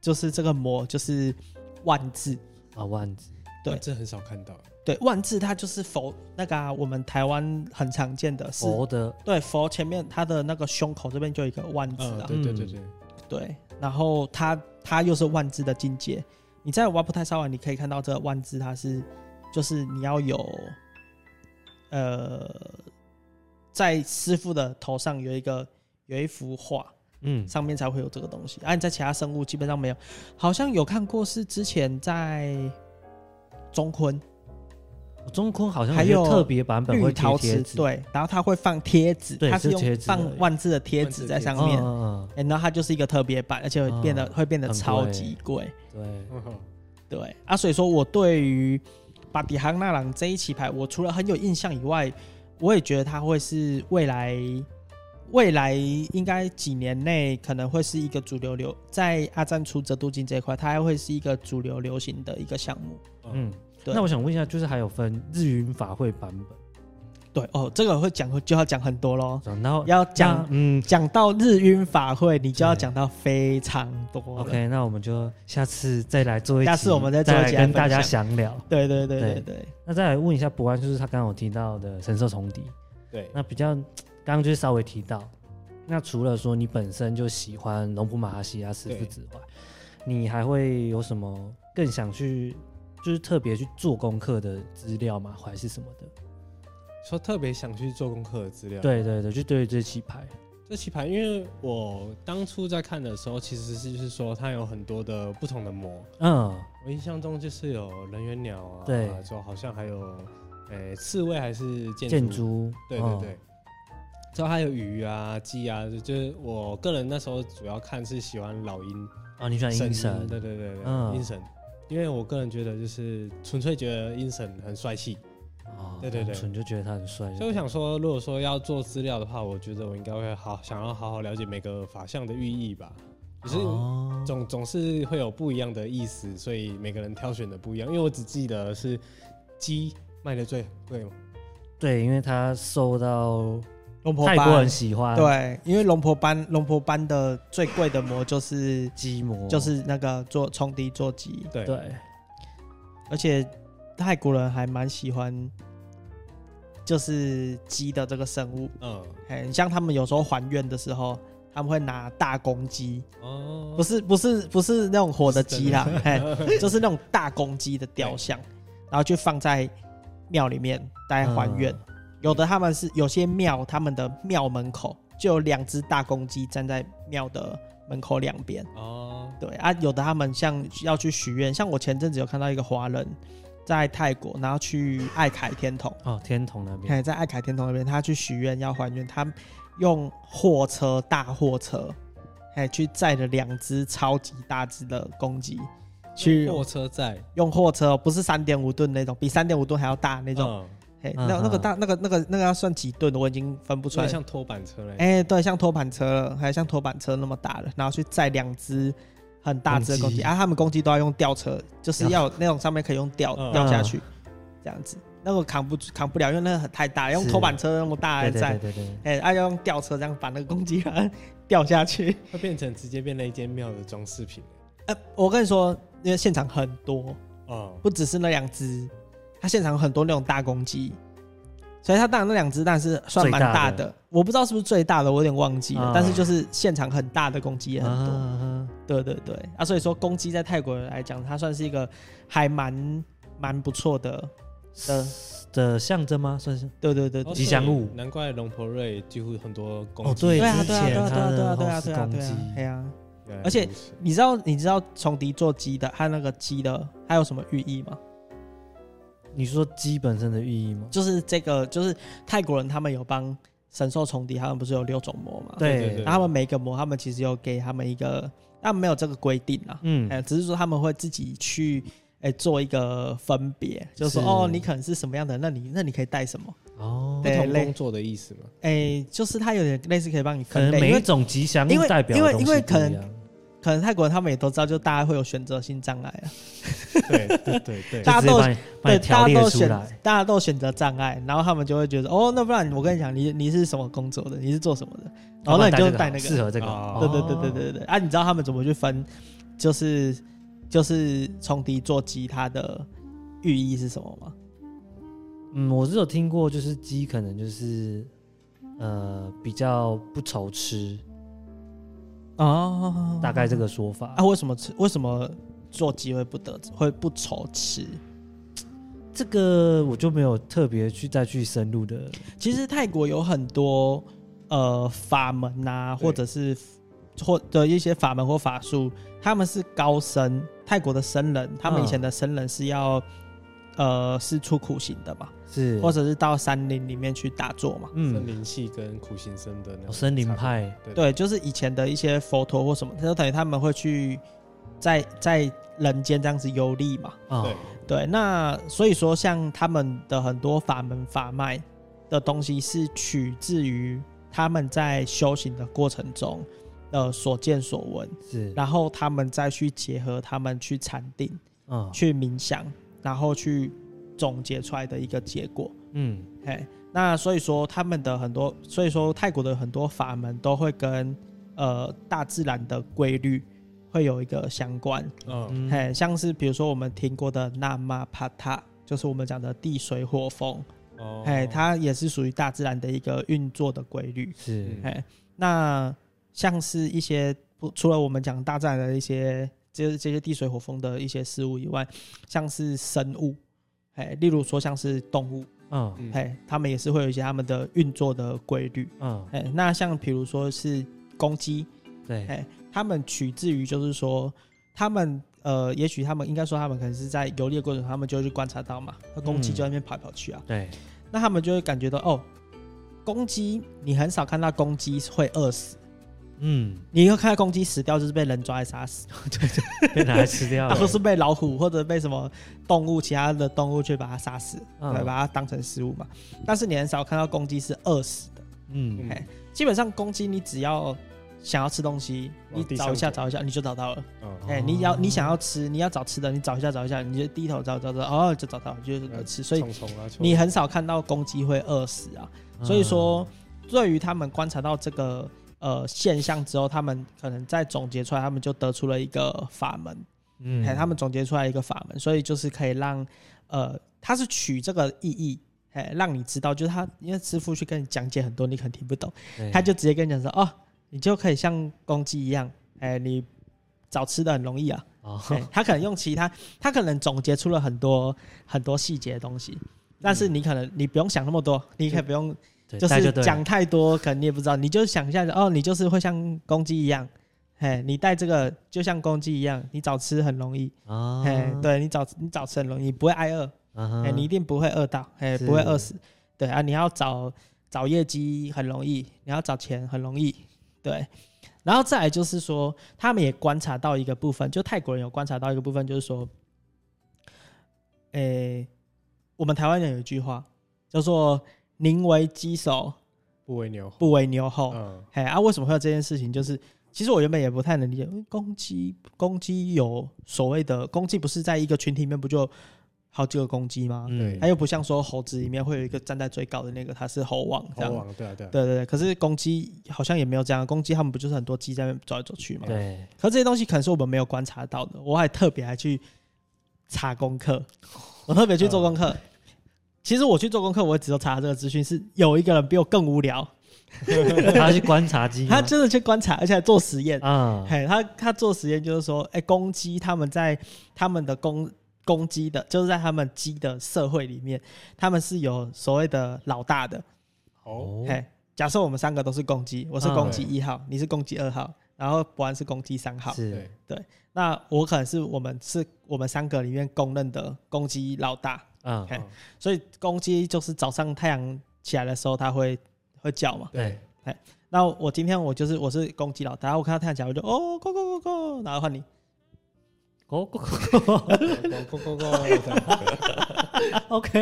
就是这个膜，就是万字。
啊，万字，
对
哦这很少看到，
对，万字它就是佛那个、啊、我们台湾很常见的是，
佛的
对佛前面它的那个胸口这边就有一个万字
嗯
呃
啊，，
对对对对，
对，然后它它又是万字的境界。你在瓦普泰沙瓦，你可以看到这个万字，它是就是你要有，呃，在师傅的头上有一个有一幅画，
嗯，
上面才会有这个东西。啊，你在其他生物基本上没有，好像有看过是之前在中昆
中坤好像
还
有些
有
特别版本
绿
会
陶
贴
瓷
贴纸，
对，然后它会放贴纸，
对
它是
是
用
贴纸而
放
已
万字的贴
万字
纸
的
在
贴
上
纸
嗯，
面。
嗯嗯
欸然后它就是一个特别版，而且会变得、
嗯
会变得
很贵
超级贵。
对，
嗯哼
对啊，所以说我对于巴迪杭纳朗这一期牌，我除了很有印象以外，我也觉得它会是未来未来应该几年内可能会是一个主流流，在阿赞出折镀金这一块，它还会是一个主流流行的一个项目。
嗯，
对
那我想问一下，就是还有分日云法会版本，
对哦，这个会讲就要讲很多喽，
然后
要讲
那嗯
讲到日晕法会，你就要
对
讲到非常多了。
，OK，那我们就下次再来做一
嗯
集，
下次我们再做一集
来跟
来
大
分
家
享
详聊。
对对对
对
对对，
那再来问一下博安，就是他刚刚有提到的神兽重敌，
对，
那比较刚刚就是稍微提到，那除了说你本身就喜欢龙普马哈西亚师傅
对
之外，你还会有什么更想去，就是特别去做功课的资料吗？还是什么的？
说特别想去做功课的资料，
对对对，就对于这棋牌，
这棋盘，因为我当初在看的时候，其实是就是说它有很多的不同的膜。
嗯，
我印象中就是有人猿鸟啊，
对
之后好像还有，诶、刺猬还是建
建筑，嗯
对对对。之后还有鱼啊、鸡啊，就就是我个人那时候主要看是喜欢老鹰
嗯，啊，你喜欢阴
神鹰
神，
对对对对，
嗯
鹰神，因为我个人觉得就是纯粹觉得鹰神很帅气，
哦
对对对
纯就觉得他很帅，
所以我想说，如果说要做资料的话，我觉得我应该会好想要好好了解每个法相的寓意吧，就是
哦
总总是会有不一样的意思，所以每个人挑选的不一样。因为我只记得是鸡卖的最贵嘛，
对，因为他受到
龙婆
泰
巴
国人喜欢，，
对，因为龙婆班龙婆班的最贵的膜就是
鸡模
就是那个做冲敌做鸡，
对
对，
而且泰国人还蛮喜欢就是鸡的这个生物。
嗯
哎，像他们有时候还愿的时候，他们会拿大公鸡，
哦，
不是不是不是那种活的鸡啦，哎，
对
就是那种大公鸡的雕像，然后就放在庙里面大家还愿。有的他们是有些庙，他们的庙门口就有两只大公鸡站在庙的门口两边。
哦，
对啊，有的他们像要去许愿，像我前阵子有看到一个华人在泰国，然后去爱凯天童，
哦，天童那边
哎，在爱凯天童那边，他去许愿要还愿，他用货车大货车，哎，去载了两只超级大只的公鸡，去
货车在
用货车，哦不是三点五吨那种，比三点五吨还要大那
那
种，
种，
哎、
嗯
那那个
嗯
大那个那个那个要算几吨的，我已经分不出
所
来
以
了。
像拖板车嘞。
哎、对，像拖板车了，还像拖板车那么大了，然后去载两只很大只的公
公
鸡
鸡
啊，他们公鸡都要用吊车，就是 要有那种上面可以用吊、
嗯
吊下去，这样子，那个扛不住扛不了，因为那个很太大了，用
是
拖板车那么大来
对对
载
对，对对，
哎、啊要用吊车这样把那个公鸡把它吊下去。
会变成直接变成一间庙的装饰品。
呃，我跟你说，因为现场很多，
哦，
不只是那两只，它现场有很多那种大公鸡。所以它当然那两只蛋是算蛮
最
大
大
的，
的
我不知道是不是最大的，我有点忘记了。
啊
但是就是现场很大的公鸡也很多，
啊
对对对啊，所以说公鸡在泰国来讲，它算是一个还蛮蛮不错的，的
的象征吗？算是
对对对对
吉祥物
哦所以难怪龙头瑞几乎很多公
哦
鸡
对
对啊
之
对啊对
前
啊对啊
它
对啊
的
对啊对
后是
啊
公
对
鸡
啊，哎呀，
原来
而且
如此
你知道你知道从笛做鸡的，它那个鸡的还有什么寓意吗？
你说鸡本身的寓意吗？
就是这个就是泰国人他们有帮神兽重笛，他们不是有六种魔嘛？
对
对对
然后他们每个魔他们其实有给他们一个，他们没有这个规定啊，
嗯
哎、，只是说他们会自己去。哎，做一个分别，就是说
是
哦，你可能是什么样的，那你那你可以带什么？
哦，
对
不同
类
工作的意思嘛。
哎、就是它有点类似可以帮你
可
分
能
类，
每
因
一
为
种吉祥
因
物
为
代表
因为
的东
因为
西不
可能
一样，
可能泰国人他们也都知道，就大家会有选择性障碍啊，
对对 对对，
大家
就直接
都
把你把
对，大
你条
家
列
都
出
选
来，
大家都有选择障碍，然后他们就会觉得哦，那不然我跟你讲，你你是什么工作的，你是做什么的，然哦后那你就带那
好啊适
个，
合这个，
哦
对对对对对对对啊，你知道他们怎么去分，就是就是从笛做吉他的寓意是什么吗？
嗯，我是有听过，就是鸡可能就是呃比较不愁吃，
哦，
大概这个说法。
啊，为什么吃为什么做鸡会不得会不愁吃？
这个我就没有特别去再去深入的，
其实泰国有很多呃法门呐、
对
或者是或的一些法门或法术，他们是高僧，泰国的僧人，他们
嗯
以前的僧人是要、呃是出苦行的嘛，
是
或者是到山林里面去打坐嘛。
森
嗯，
林系跟苦行僧的那种
哦森林
差别，
派
对
对，就是以前的一些佛陀或什么，就等于他们会去在在人间这样子游历嘛。
哦
对，
对，那所以说，像他们的很多法门法脉的东西，是取自于他们在修行的过程中，呃，所见所闻，
是，
然后他们再去结合他们去禅定、
嗯
去冥想，然后去总结出来的一个结果。
嗯，
嘿，那所以说他们的很多，所以说泰国的很多法门都会跟呃大自然的规律会有一个相关。
嗯，
嗯
嘿，像是比如说我们听过的纳玛帕塔，就是我们讲的地水火风，
哦
哎、它也是属于大自然的一个运作的规律。
是
嗯
哎、那像是一些不除了我们讲大自然的一些这这些地水火风的一些事物以外，像是生物，哎、例如说像是动物，
嗯
嗯
哎、它们也是会有一些它们的运作的规律。
嗯，
哎、那像比如说是公鸡，
对，
哎，他们取自于就是说，他们呃，也许他们应该说他们可能是在游猎过程中，他们就会去观察到嘛，那公鸡
嗯
就在那边跑来跑去啊，
对，
那他们就会感觉到哦，公鸡你很少看到公鸡会饿死，
嗯，
你会看到公鸡死掉就是被人抓来杀死，
被拿来吃掉
啊，
了，
或是被老虎或者被什么动物其他的动物去把它杀死，
嗯
对，把它当成食物嘛，但是你很少看到公鸡是饿死的，
嗯
嗯
哎，基本上公鸡你只要想要吃东西，你
往地
找一下
上走
找一下你就找到了。
哦
哎、你要你想要吃，你要找吃的，你找一下找一下，你就低头找找找，哦，就找到，就是
呃
能吃。所以
虫虫啊，
你很少看到公鸡会饿死啊。
嗯
所以说，对于他们观察到这个呃现象之后，他们可能再总结出来，他们就得出了一个法门，
嗯，
哎、
嗯
他们总结出来一个法门，所以就是可以让呃，他是取这个意义。哎，让你知道，就是他，因为师傅去跟你讲解很多，你可能听不懂，
对
他就直接跟你讲说，哦，你就可以像公鸡一样，哎，你找吃的很容 易啊，
哦
对，他可能用其他，他可能总结出了很多很多细节的东西，但是你可能你不用想那么多，你可以不用
嗯对，
就
带
是
对了
讲太多，可能你也不知道，你就想一下，哦，你就是会像公鸡一样，嘿，你带这个就像公鸡一样，你早吃很容易，
啊，
嘿，对你早你早吃很容易，你不会挨饿，
啊
哎、
哈，
你一定不会饿到，哎、
是
不会饿死。对啊，你要找找业绩很容易，你要找钱很容易，对。然后再来就是说，他们也观察到一个部分，就泰国人有观察到一个部分，就是说，哎、我们台湾人有一句话叫做“宁为鸡首，
不为牛后。
不为牛后”
嗯，
哎啊，为什么会有这件事情？就是其实我原本也不太能理解，因为公鸡公鸡有所谓的公鸡，不是在一个群体里面不就好几个公鸡吗？
嗯
它又不像说猴子里面会有一个站在最高的那个，它是猴王这
猴
样。
王，对啊，对啊，
对对对，可是公鸡好像也没有这样，公鸡他们不就是很多鸡在那边走来走去嘛？
嗯
对，
可这些东西可能是我们没有观察到的，我还特别还去查功 课，我特别去做功
嗯
课。其实我去做功课，我只有查这个资讯，是有一个人比我更无聊，
他去观察鸡吗，
他哦真的去观察，而且还做实验。
啊，
嘿，他他做实验就是说，哎、公鸡他们在他们的公公鸡的，就是在他们鸡的社会里面，他们是有所谓的老大的。
哦，
嘿，假设我们三个都是公鸡，我是
嗯
公鸡一号，你是公鸡二号，然后博安是公鸡三号，
是
对，
那我可能是我们是我们三个里面公认的公鸡老大，
啊，
嘿
嗯
所以公鸡就是早上太阳起来的时候，它会会叫嘛。
对
对，
那我今天我就是我是公鸡老大，我看到太阳起来我就哦，go go go go，然后换你。
狗狗
咕咕咕咕咕这样
OK，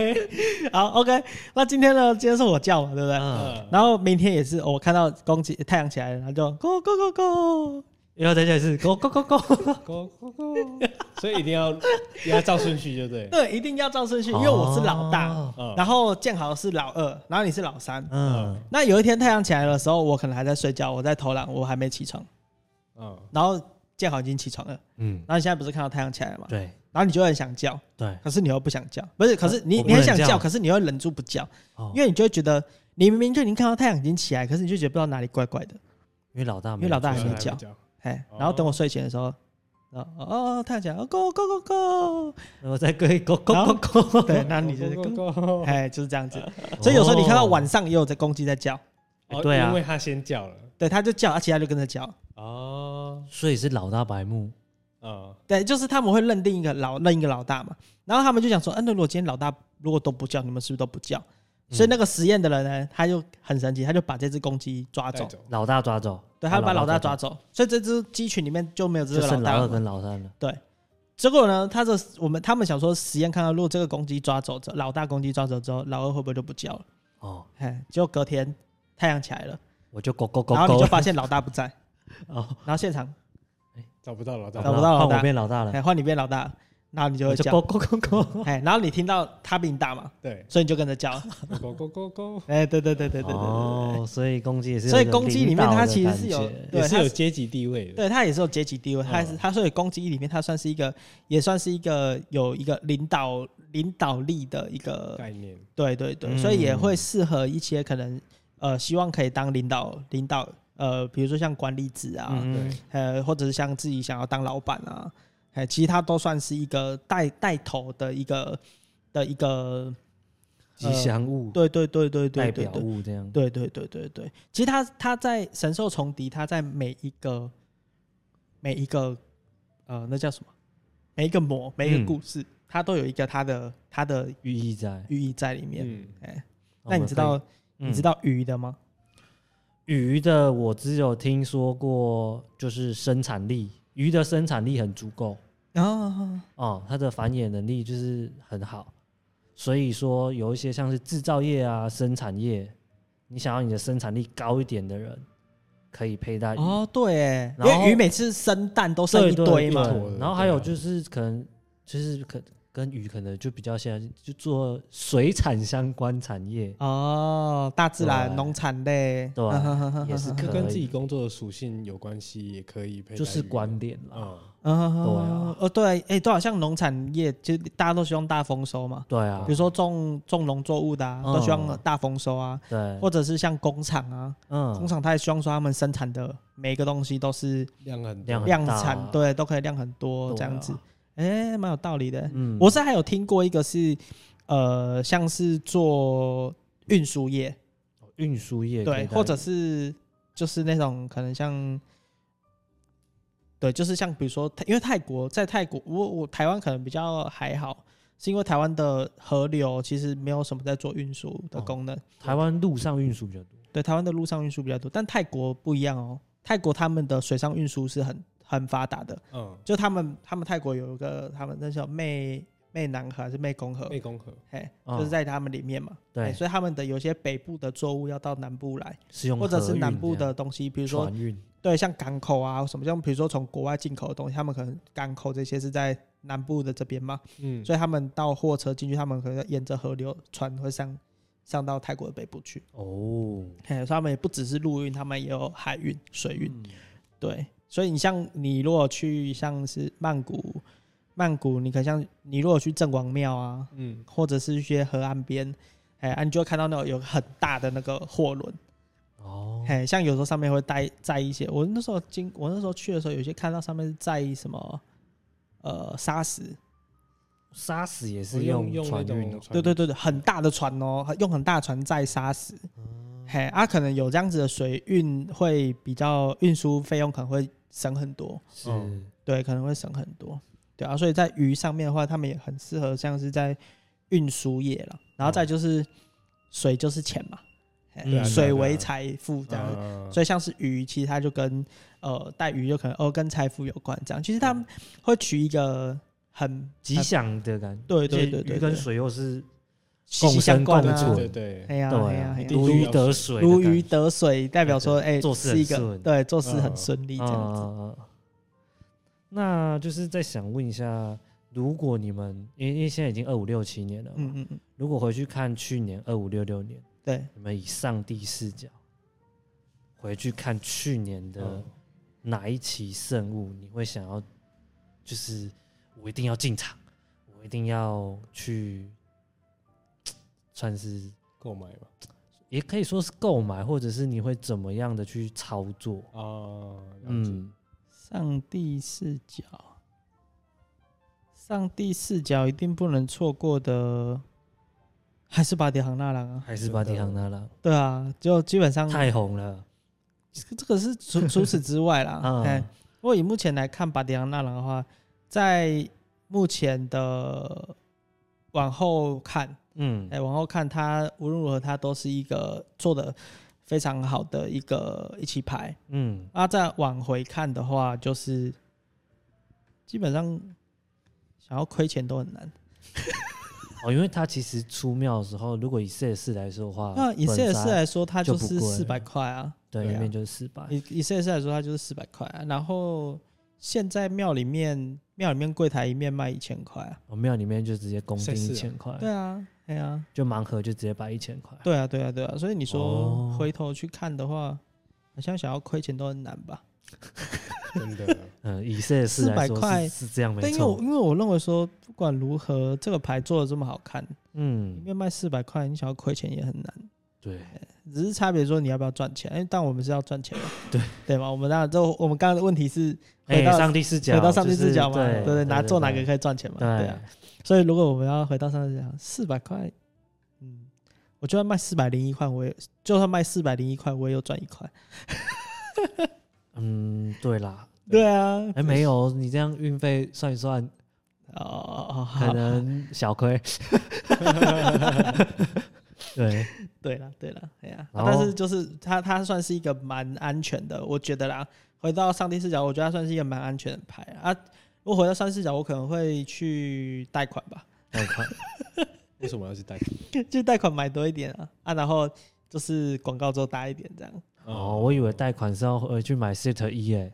好，OK，那今天呢？今天是我叫嘛，对不对？
啊，
嗯
然后明天也是，哦我看到公鸡太阳起来了，然后就 go go go go，
然后再讲一次狗狗狗狗，
咕咕咕，所以一定要要照顺序，对不对？
对，一定要照顺序，因为我是老大，
哦
嗯
然后建豪是老二，然后你是老三。
嗯，
那有一天太阳起来的时候，我可能还在睡觉，我在偷懒，我还没起床，
嗯，
然后建豪已经起床了，
嗯，
然后你现在不是看到太阳起来了嘛，
对
然后你就很想叫，
对，
可是你又不想叫，不是，可是你
哦我不
你很
能
想
叫
叫，可是你又忍住不叫，
哦，
因为你就会觉得你明明就已经看到太阳已经起来，可是你就觉得不知道哪里怪怪的。
因为老大没有，
因为老大还
还
没
没
叫
叫，
哎，然后等我睡醒的时候，哦哦，太阳起来了，go go go
然后再跟一狗狗
然后
狗狗，
go，对，那你
哦
就是 go，
咕，
哎，就是这样子。所以有时候你看到
哦
晚上也有在公鸡在叫，
哎
哦
对啊
因为他先叫了，
对，它就叫，而且它就跟着叫。
哦，
所以是老大白目，
嗯，
对，就是他们会认定一个老认一个老大嘛，然后他们就想说，嗯、那如果今天老大如果都不叫，你们是不是都不叫？所以那个实验的人呢，他就很神奇，他就把这只公鸡抓
带
走，
走，
老大抓走，
对，他就把老大抓
走，
走，所以这只鸡群里面就没有这
就
个
剩
老大
老二
了嘛。
跟老三了，
结果呢，他的我们他们想说实验看到，如果这个公鸡抓走之后，老大公鸡抓走之后，老二会不会就不叫了？
哦，
哎，结果隔天太阳起来了，
我就狗狗狗
然后你
狗
就，发现老大不在，
哦，
然后现场
找不到老大
找，不到老大
换我变老大了，
哎换你变老大，然后你就
我
会
就
叫
狗，狗狗狗，
哎，然后你听到他比你大嘛，
对，
所以你就跟着 叫，
咕咕咕咕，
哎，对对 对对对对对
哦，所以公鸡也是
对，所
有
以
一种
公鸡里
领
面
导
它
的
其实
感
是有
觉，
对
也是
它
有阶级地位的，
对它也是有阶级地位，
嗯
它也是它所以公鸡里面它算是一个，也算是一个有一个领导领导力的一个，
概念，
对对对，
嗯
所以也会适合一些可能呃希望可以当领导领导呃，比如说像管理者啊，
嗯
对，
呃，或者是像自己想要当老板啊，哎，其实他都算是一个带带头的一个的一个，
吉祥物、
对对对对呃对
代
对
表
对
物这样，
对对对对对，其实他他在神兽重敌，他在每一个每一个呃，那叫什么？每一个魔，每一
嗯
个故事，它都有一个它的它的
寓意在。
寓意在里面。哎
嗯，
哦
那你知道、你知
道
道鱼的吗？
嗯鱼的？我只有听说过，就是生产力，鱼的生产力很足够
啊，
哦，它的繁衍能力就是很好，所以说有一些像是制造业啊、生产业，你想要你的生产力高一点的人，可以佩啊戴鱼。
哦，对耶，因
然后
为鱼每次生蛋都生
对
一
对
堆嘛，
对
一坨的
然后还有
对
就是可能就是可跟鱼可能就比较像，就做水产相关产业
哦，大自然
对
农产类，
对也是
这
可
跟自己
以，
工作的属性有关系，也可以佩戴
就是
于
关联啦。
嗯，
啊，哦对，哎，对啊，像农产业，其实大家都希望大丰收嘛，
对
比
啊
如，说种种农作物的啊，
嗯
都希望大丰收啊，
对，
或者是像工厂啊，工
嗯，
厂它也希望说他们生产的每一个东西都是
量很
量很大
多
量产
啊，
对，都可以量很多
对啊
这样子，哎，蛮有道理的。
嗯
我是还有听过一个是，呃，像是做运输业，
运输业可以
对，
带
或者是就是那种可能像，对，就是像比如说泰，因为泰国在泰国，我我台湾可能比较还好，是因为台湾的河流其实没有什么在做运输的
哦
功能，
台湾陆上运输比较多，
对，台湾的陆上运输比较多，但泰国不一样哦，泰国他们的水上运输是很很发达的，
嗯，
就他们他们泰国有一个他们那叫湄湄南河还是湄公河，
湄公河
嘿，
嗯
就是在他们里面嘛，嘿
对，
所以他们的有些北部的作物要到南部来，
是用
或者
河
是
运
南
这
部
样
的东西，比如说
船运，
对，像港口啊什么，像比如说从国外进口的东西，他们可能港口这些是在南部的这边嘛，
嗯，
所以他们到货车进去，他们可能沿着河流船会上上到泰国的北部去。哎
哦，
嘿，所以他们也不只是陆运，他们也有海运、水运。
嗯
对，所以你像你如果去像是曼谷，曼谷你可像你如果去郑王庙啊，
嗯，
或者是一些河岸边，哎、啊你就会看到那种有很大的那个货轮。
哦，
嘿，像有时候上面会带载一些，我那时候经我那时候去的时候，有些看到上面是载什么，呃，砂石，
杀死也
我
是
用用那
船
种
运哦，
船
对对对对，很大的船哦，用很大的船载砂石，嘿，啊，可能有这样子的水运会比较运输费用可能会省很多，
是
嗯
对，可能会省很多，对啊，所以在鱼上面的话，他们也很适合像是在运输业了，然后再就是水就是钱嘛，嘿
嗯对啊对啊嗯
水
对啊
为财富这样子，
嗯
所以像是鱼，其实它就跟呃带鱼就可能哦跟财富有关这样。其实他们
嗯
会取一个很
吉祥的感觉，
对对
而且
对对
鱼跟
对
水又是
息息相关
共生
啊
共
对
存
对
哎呀
对
哎呀
啊
哎呀，
定
如
是
鱼
要
得水的感
如
觉，
鱼得水，代表说哎
做事
是一
很
个
顺
对做事很
嗯
顺利这样子。
嗯嗯嗯那就是再想问一下，如果你们因为因为现在已经二五六七年了，
嗯
嘛，
嗯嗯，
如果回去看去年二五六六年，
对，
你们以上帝视角回去看去年的
嗯
哪一期圣物，你会想要就是我一定要进场，我一定要去，算是
购买嘛，
也可以说是购买，或者是你会怎么样的去操作？
啊，嗯，
嗯，
上帝视角，上帝视角一定不能错过的，还是巴迪杭纳郎啊？
还是巴蒂康纳拉
对啊，就基本上
太红了
这个是除除此之外 啦，
啊！
哎。如果以目前来看，巴迪昂纳郎的话，在目前的往后看，
嗯
哎、，往后看它无论如何，它都是一个做的非常好的一个一起牌。
嗯，
啊，再往回看的话，就是基本上想要亏钱都很难。
哦，因为它其实出庙的时候，如果以色列市来说的话，
那以色列式
啊本杀
来说，它就
就不
是
贵
四百块啊。
对
对啊
那边就是四百，
以以色列式来说，它就是四百块啊。然后现在庙里面，庙里面柜台一面卖一千块啊。
我哦庙里面就直接公定
赛
一
事啊
千块，
对啊，对啊。
就盲盒就直接把一千块，
对啊，对啊，对啊，所以你说
哦
回头去看的话，好像想要亏钱都很难吧？
真 的，
嗯，以色列市来
400
说
块
是是这样
但
没
因为我
错，
因为我认为说，不管如何，这个牌做的这么好看，里
嗯，
面卖四百块，你想要亏钱也很难。
对，
只是差别说你要不要赚钱，因为但我们是要赚钱嘛，
对
对吗？我们当然就我们刚刚的问题是回
哎，
到
上帝视角，
回到上帝
就是
视角嘛，
对
对拿做哪个
对
可以赚钱嘛，对
对
啊。所以如果我们要回到上帝视角，四百块，嗯，我就算卖四百零一块，我也就算卖四百零一块，我也有赚一块。
嗯，对啦，
对啊，
哎，没有，你这样运费算一算，
哦哦哦，好
可能小亏， 对，
对了，对了，哎呀、啊
然后
但是就是它，它算是一个蛮安全的，我觉得啦。回到上帝视角，我觉得它算是一个蛮安全的牌啊。如果回到上帝视角，我可能会去贷款吧，
那你看
为什么要去嗯贷
就贷款买多一点啊啊，然后就是广告做大一点这样。
款？
哦，我以为贷款是要回去买 Set 一诶，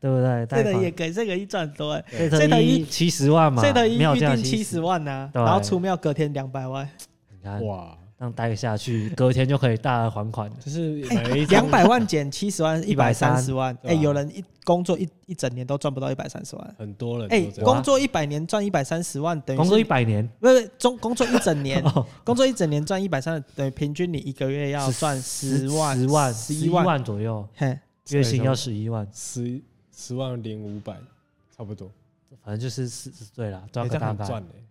对不
这
对？贷
个 E 也
款
可以，这个一赚很多哎、
对
Set
Set
一
一
七十万嘛，
这个一
庙
E 预
价
定七十
70，
万呐、
对
然后出庙隔天两百万，
你看
哇，
这样贷下去，隔天就可以大额还款了。
就是买了一张
两百万减七十万，一百三十万。哎、
对啊
有人一工作一一整年都赚不到一百三十万。
很多人
哎、
都这样，
工作一百年赚一百三十万，等于
工作
是
一百年，
不是中工作一整年，
哦
工作一整年赚一百三，等于平均你一个月要赚十万、
十万、
十
一
一万。
万左右，
嘿，
月薪要十一万，
十十万零五百，差不多，
反正就是四十对啦，
哎
赚
这
个大
样很
概。
赚嘞，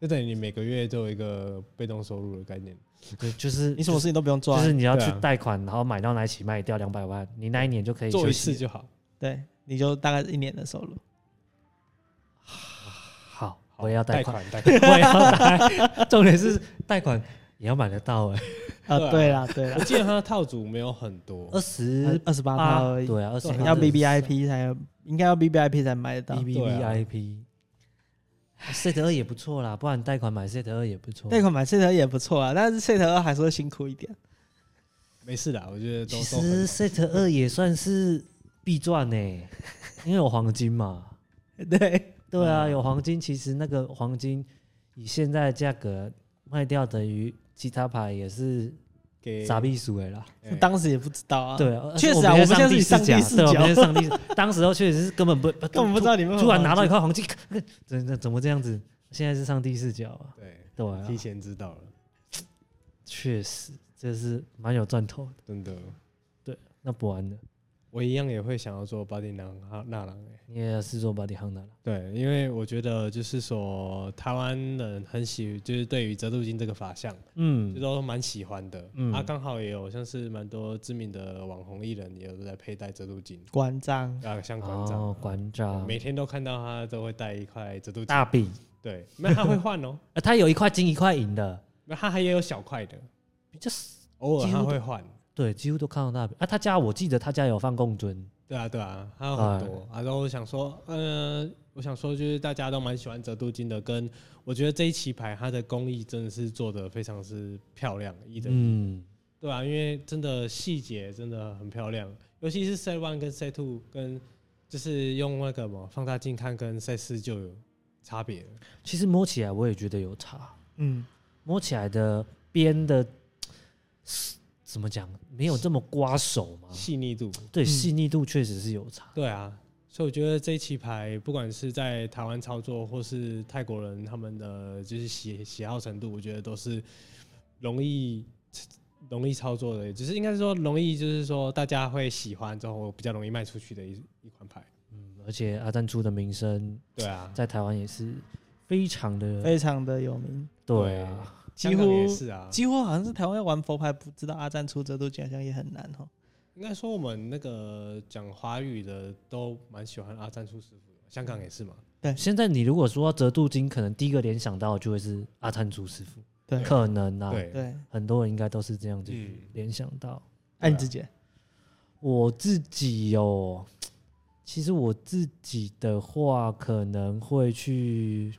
就等于你每个月都有一个被动收入的概念。
就就是
你什么事情都不用做、
就
啊，
是你要
对
去
啊
贷款，然后买到哪一起卖掉两百万，你那一年就可以
做
休
一次
息。
就好。
对，你就大概一年的收入。
好，
好
我也要贷
贷
款，
款，贷 款。
我也要贷。重点是贷款也要买得到哎、
啊，对
对
啦，对啦
我，记得他的套组没有很多
二，十
二十八
八
套而已，
对啊，二十
对
八
要
是
B B I P 才有应该要 B B I P 才买得到
B。B
对啊
I P。set 二也不错啦，不然贷款买 set 二也不错。
贷款买 set 也不错啊，但是 set 二还是会辛苦一点。
没事的，我觉得都
其
都
实
很
set 二也算是必赚呢、 因为有黄金嘛。
对，
对啊，
嗯
有黄金，其实那个黄金以现在的价格卖掉，等于其他牌也是
给
傻逼数哎啦。
哎
当时也不知道啊。
对啊，
确实啊
而且
我们现在是以上帝
帝
视
对，我
角
们现在上帝视，当时候确实是根本不
根本不知道你们
突然拿到一块黄金，怎怎怎么这样子？现在是上帝视角啊，
对，
对啊，
提前知道了，
确实这是蛮有赚头的。
真的，
那不玩的，
我一样也会想要做巴蒂囊哈纳朗哎。
你也是做 body hunter 了，
对，因为我觉得就是说，台湾人很喜，就是对于折度金这个法项，就
嗯，
都蛮喜欢的。
嗯
啊，刚好也有像是蛮多知名的网红艺人也有在佩戴折度金
关张
啊，像馆长，
哦，馆长
每天都看到他都会戴一块折度金。
大饼，
对，那他会换哦，
呃他有一块金一块银的，
那他还也有小块的，
比较
偶尔
几乎
他
都
会换。
对，几乎都看到大饼。啊，他家我记得他家有放贡尊，
对啊，对啊，还有很多。啊，然后我想说，呃，我想说就是大家都蛮喜欢折度金的，跟我觉得这一棋牌它的工艺真的是做的非常是漂亮，一等一。
嗯，
对啊，因为真的细节真的很漂亮，尤其是 Set One 跟 Set Two 跟就是用那个什么放大镜看跟 Set 四就有差别了。
其实摸起来我也觉得有差，
嗯，
摸起来的边的怎么讲，没有这么刮手嘛，
细腻度。
对，
嗯
细腻度确实是有差。
对啊，所以我觉得这一棋牌不管是在台湾操作或是泰国人他们的就是喜喜好程度，我觉得都是容易。容易操作的，只是应该是说容易，就是说大家会喜欢之后比较容易卖出去的一一款牌。
嗯，而且阿赞出的名声
对啊，
在台湾也是非常的
哎
非常的有名，
对啊，
香港也是啊，
几乎好像是台湾要玩佛牌，不知道阿赞出折度奖项也很难哦。
应该说我们那个讲华语的都蛮喜欢阿赞叔师傅的，香港也是嘛。
现在你如果说到折度金，可能第一个联想到的就会是阿灿祖师傅，
对
可能啊，
对，
对，
很多人应该都是这样子
嗯
联想到。
哎，你自己
我自己哦，其实我自己的话可能会去，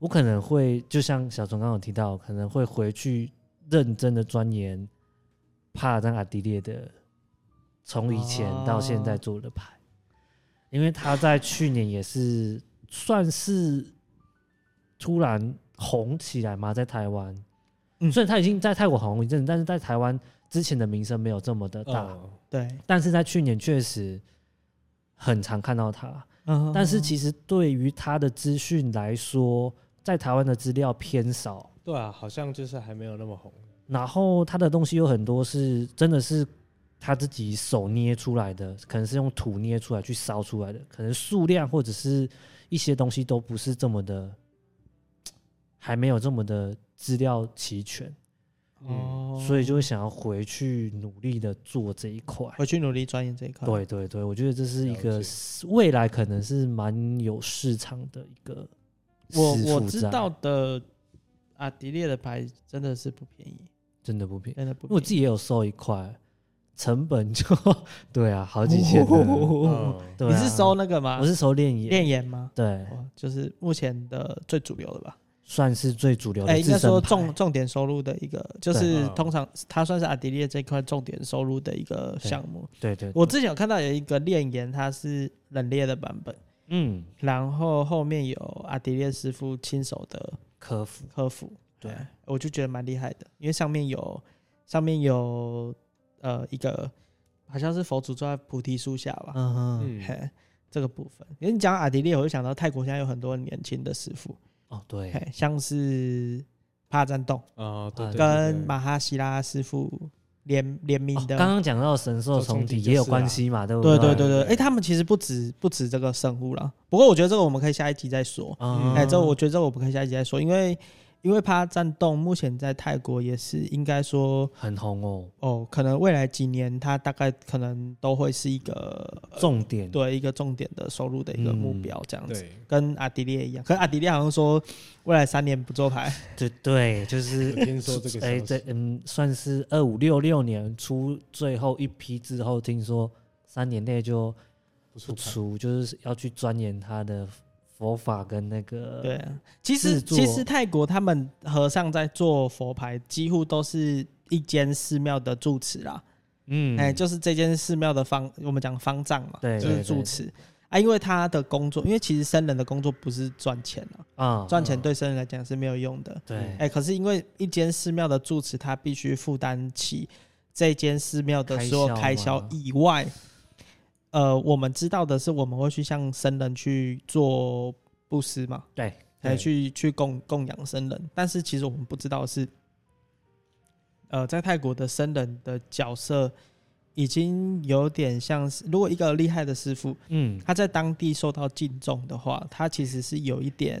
我可能会就像小虫刚刚有提到，可能会回去认真的钻研帕丹阿迪列的从以前到现在做的牌，因为他在去年也是算是突然红起来嘛，在台湾。
嗯
虽然他已经在泰国红一阵子，但是在台湾之前的名声没有这么的大，
呃
嗯
对，
但是在去年确实很常看到他。
嗯
但是其实对于他的资讯来说，在台湾的资料偏少，
对啊，好像就是还没有那么红。
然后他的东西有很多是真的是他自己手捏出来的，可能是用土捏出来去烧出来的，可能数量或者是一些东西都不是这么的，还没有这么的资料齐全，
嗯，
哦，
所以就会想要回去努力的做这一块。
我去努力钻研这一块。
对对对，我觉得这是一
了
个
解
是未来可能是蛮有市场的一个
我
师
我
傅
知
在
道的阿迪列的牌真的是不便宜，
真的不便宜。
真的不
因为我
便
自
宜。
己也有收一块，成本就对啊，好几千的。
嗯
对、
哦你
啊，
是收那个吗？
我是收练眼，
练眼吗？
对，
哇，就是目前的最主流的吧。
算是最主流
哎，
的
应
自
该
身
说
牌
重重点收入的一个，就是
对嗯
通常它算是阿迪列这块重点收入的一个项目。
对对，
我
对
之前有看到有一个炼岩，它是冷冽的版本，
嗯
然后后面有阿迪列师傅亲手的
科服
科服，
对，
我就觉得蛮厉害的，因为上面有上面有呃一个好像是佛祖坐在菩提树下吧，
嗯哼
嗯
嘿，这个部分。因为你讲阿迪列，我就想到泰国现在有很多年轻的师傅，
哦对，
嘿，像是帕赞洞
啊，对，对对
跟
对
马哈希拉师傅联联名
哦
的。
刚刚讲到神兽重体也有关系嘛，对不
啊对对
对
对对，
对
哎、他们其实不止不止这个圣物啦，不过我觉得这个我们可以下一集再说。
啊
嗯
哎、这我觉得这我们可以下一集再说，因为因为趴战动目前在泰国也是应该说
很红哦，
哦，可能未来几年它大概可能都会是一个、呃
重点
对一个重点的收入的一个目
嗯
标这样子，
对，
跟阿迪列一样，可是阿迪列好像说未来三年不做牌，
对 对，就是
我听说这个消息
哎，对，嗯，算是二五六六年出最后一批之后，听说三年内就
不出
不
牌
出，就是要去钻研他的佛法跟那个
对啊，其实
制作
其实泰国他们和尚在做佛牌，几乎都是一间寺庙的住持啦。
嗯，
哎、就是这间寺庙的方，我们讲方丈嘛，
对
就是
对
住
对
持啊。因为他的工作，因为其实僧人的工作不是赚钱啊，
啊，
赚钱对僧人来讲是没有用的。
对
哎、可是因为一间寺庙的住持，他必须负担起这间寺庙的所有开
开销
销
吗
以外，呃，我们知道的是，我们会去向僧人去做布施嘛，
对，
来
对
去去供供养僧人。但是其实我们不知道的是，呃，在泰国的僧人的角色已经有点像是，如果一个厉害的师傅，
嗯，
他在当地受到敬重的话，他其实是有一点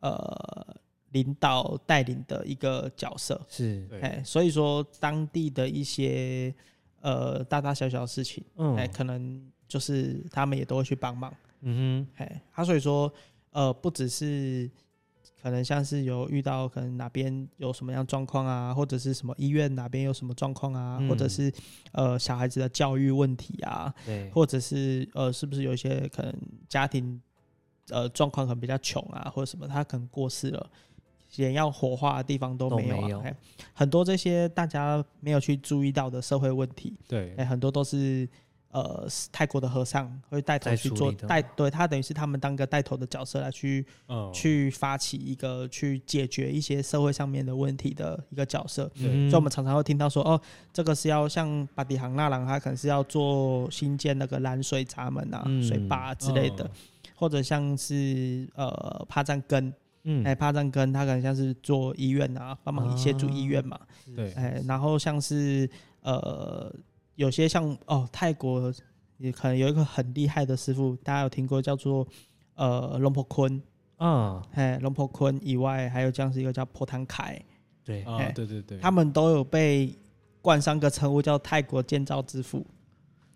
呃领导带领的一个角色。
是，
对
哎，所以说当地的一些呃大大小小的事情，
嗯
哎，可能就是他们也都会去帮忙。
嗯
哎，他、所以说，呃，不只是可能像是有遇到可能哪边有什么样状况啊，或者是什么医院哪边有什么状况啊，
嗯
或者是呃小孩子的教育问题啊，
哼，对，
或者是呃是不是有一些可能家庭呃状况可能比较穷啊，或者什么他可能过世了。连要火化的地方都
都
没有、啊，
没有
哎很多这些大家没有去注意到的社会问题，
对
哎、很多都是呃是泰国的和尚会带头
在
去
处
做
理的
带，对他等于是他们当个带头的角色来去、
哦
嗯，
去发起一个去解决一些社会上面的问题的一个角色。
对
嗯
所以，我们常常会听到说，哦，这个是要像巴迪杭纳朗，他可能是要做新建那个拦水闸门啊、
嗯
水坝、之类的，或者像是呃帕赞根，
嗯，
哎、帕赞根他可能像是做医院啊，帮忙一些住医院嘛，
哦
嗯，对，
哎，然后像是呃，有些像哦，泰国也可能有一个很厉害的师傅，大家有听过叫做呃龙婆坤，
啊，
哎，龙婆坤以外，还有像是一个叫破汤凯，
对，
啊
哎，
对对对，
他们都有被冠上个称呼叫泰国建造之父，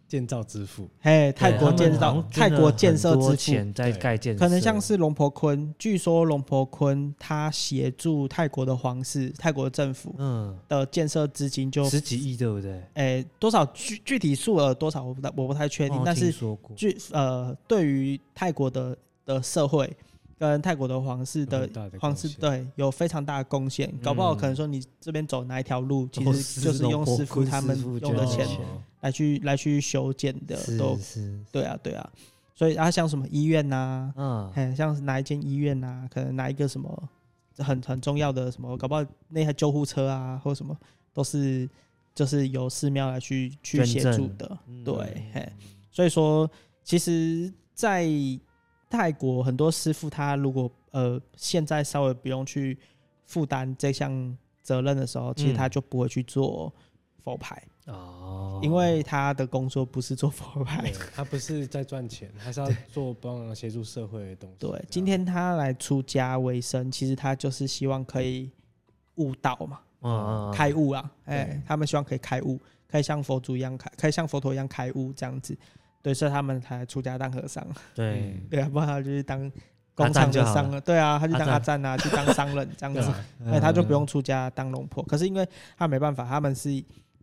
建造之父，
嘿，泰
对
国
他们
建
好
造
像
泰
捐了
国建设
很多
之父。
钱在
对
盖建设，
可能像是龙婆坤，据说龙婆坤他协助泰国的皇室、泰国政府
嗯，
的建设资金就
十几亿对不对？
诶、多少具具体数额多少我不太我不太确定，
哦
但
听
是
说过，
据呃，对于泰国的的社会跟泰国的皇室
有
的
很大的
皇
光
室
线，
对有非常大的贡献，搞不好可能说你这边走哪一条路，其
都
实就是
龙
用
婆
师傅
坤
他们
师傅
用
捐
的
的
钱
钱
哦
来去来去修建的，都
是是，
对啊对啊，所以啊像什么医院呐、
嗯，
嘿，像是哪一间医院呐、可能哪一个什么很很重要的什么，搞不好那台救护车啊，或者什么，都是就是由寺庙来去去
捐
协
赠
助的。
嗯
对，嘿，所以说，其实，在泰国很多师傅他如果呃现在稍微不用去负担这项责任的时候，其实
嗯
他就不会去做佛牌，
哦，
因为他的工作不是做佛牌。
对他不是在 赚钱，他是要做帮忙协助社会的东西。啊这
对
啊
样，
今天他来出家为生，其实他就是希望可以悟道嘛，
嗯
开悟啊，哎、
对
他们希望可以开悟，可以像佛祖一样开，可以像佛陀一样开悟这样子。对，所以他们才出家当和尚。
对
嗯
对啊，不然他就去当工厂的
阿赞就嗯好
商人。对啊，他去当阿赞 啊，去当商人这样
对
子，
啊，
哎、他就不用出家当龙婆。可是因为他没办法，他们是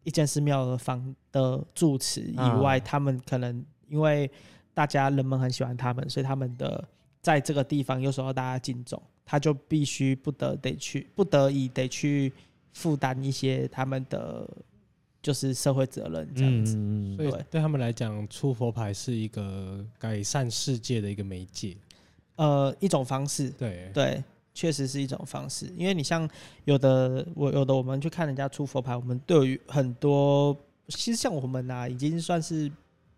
一间寺庙的房的住持
嗯
以外，他们可能因为大家人们很喜欢他们，所以他们的在这个地方又受到大家敬重，他就必须不得得去，不得已得去负担一些他们的就是社会责任这样子。
嗯嗯嗯
所以
对
对他们来讲，出佛牌是一个改善世界的一个媒介。
呃，一种方式，
对，
对，确实是一种方式。因为你像有的我有的我们去啊看人家出佛牌，我们对于很多其实像我们呐、已经算是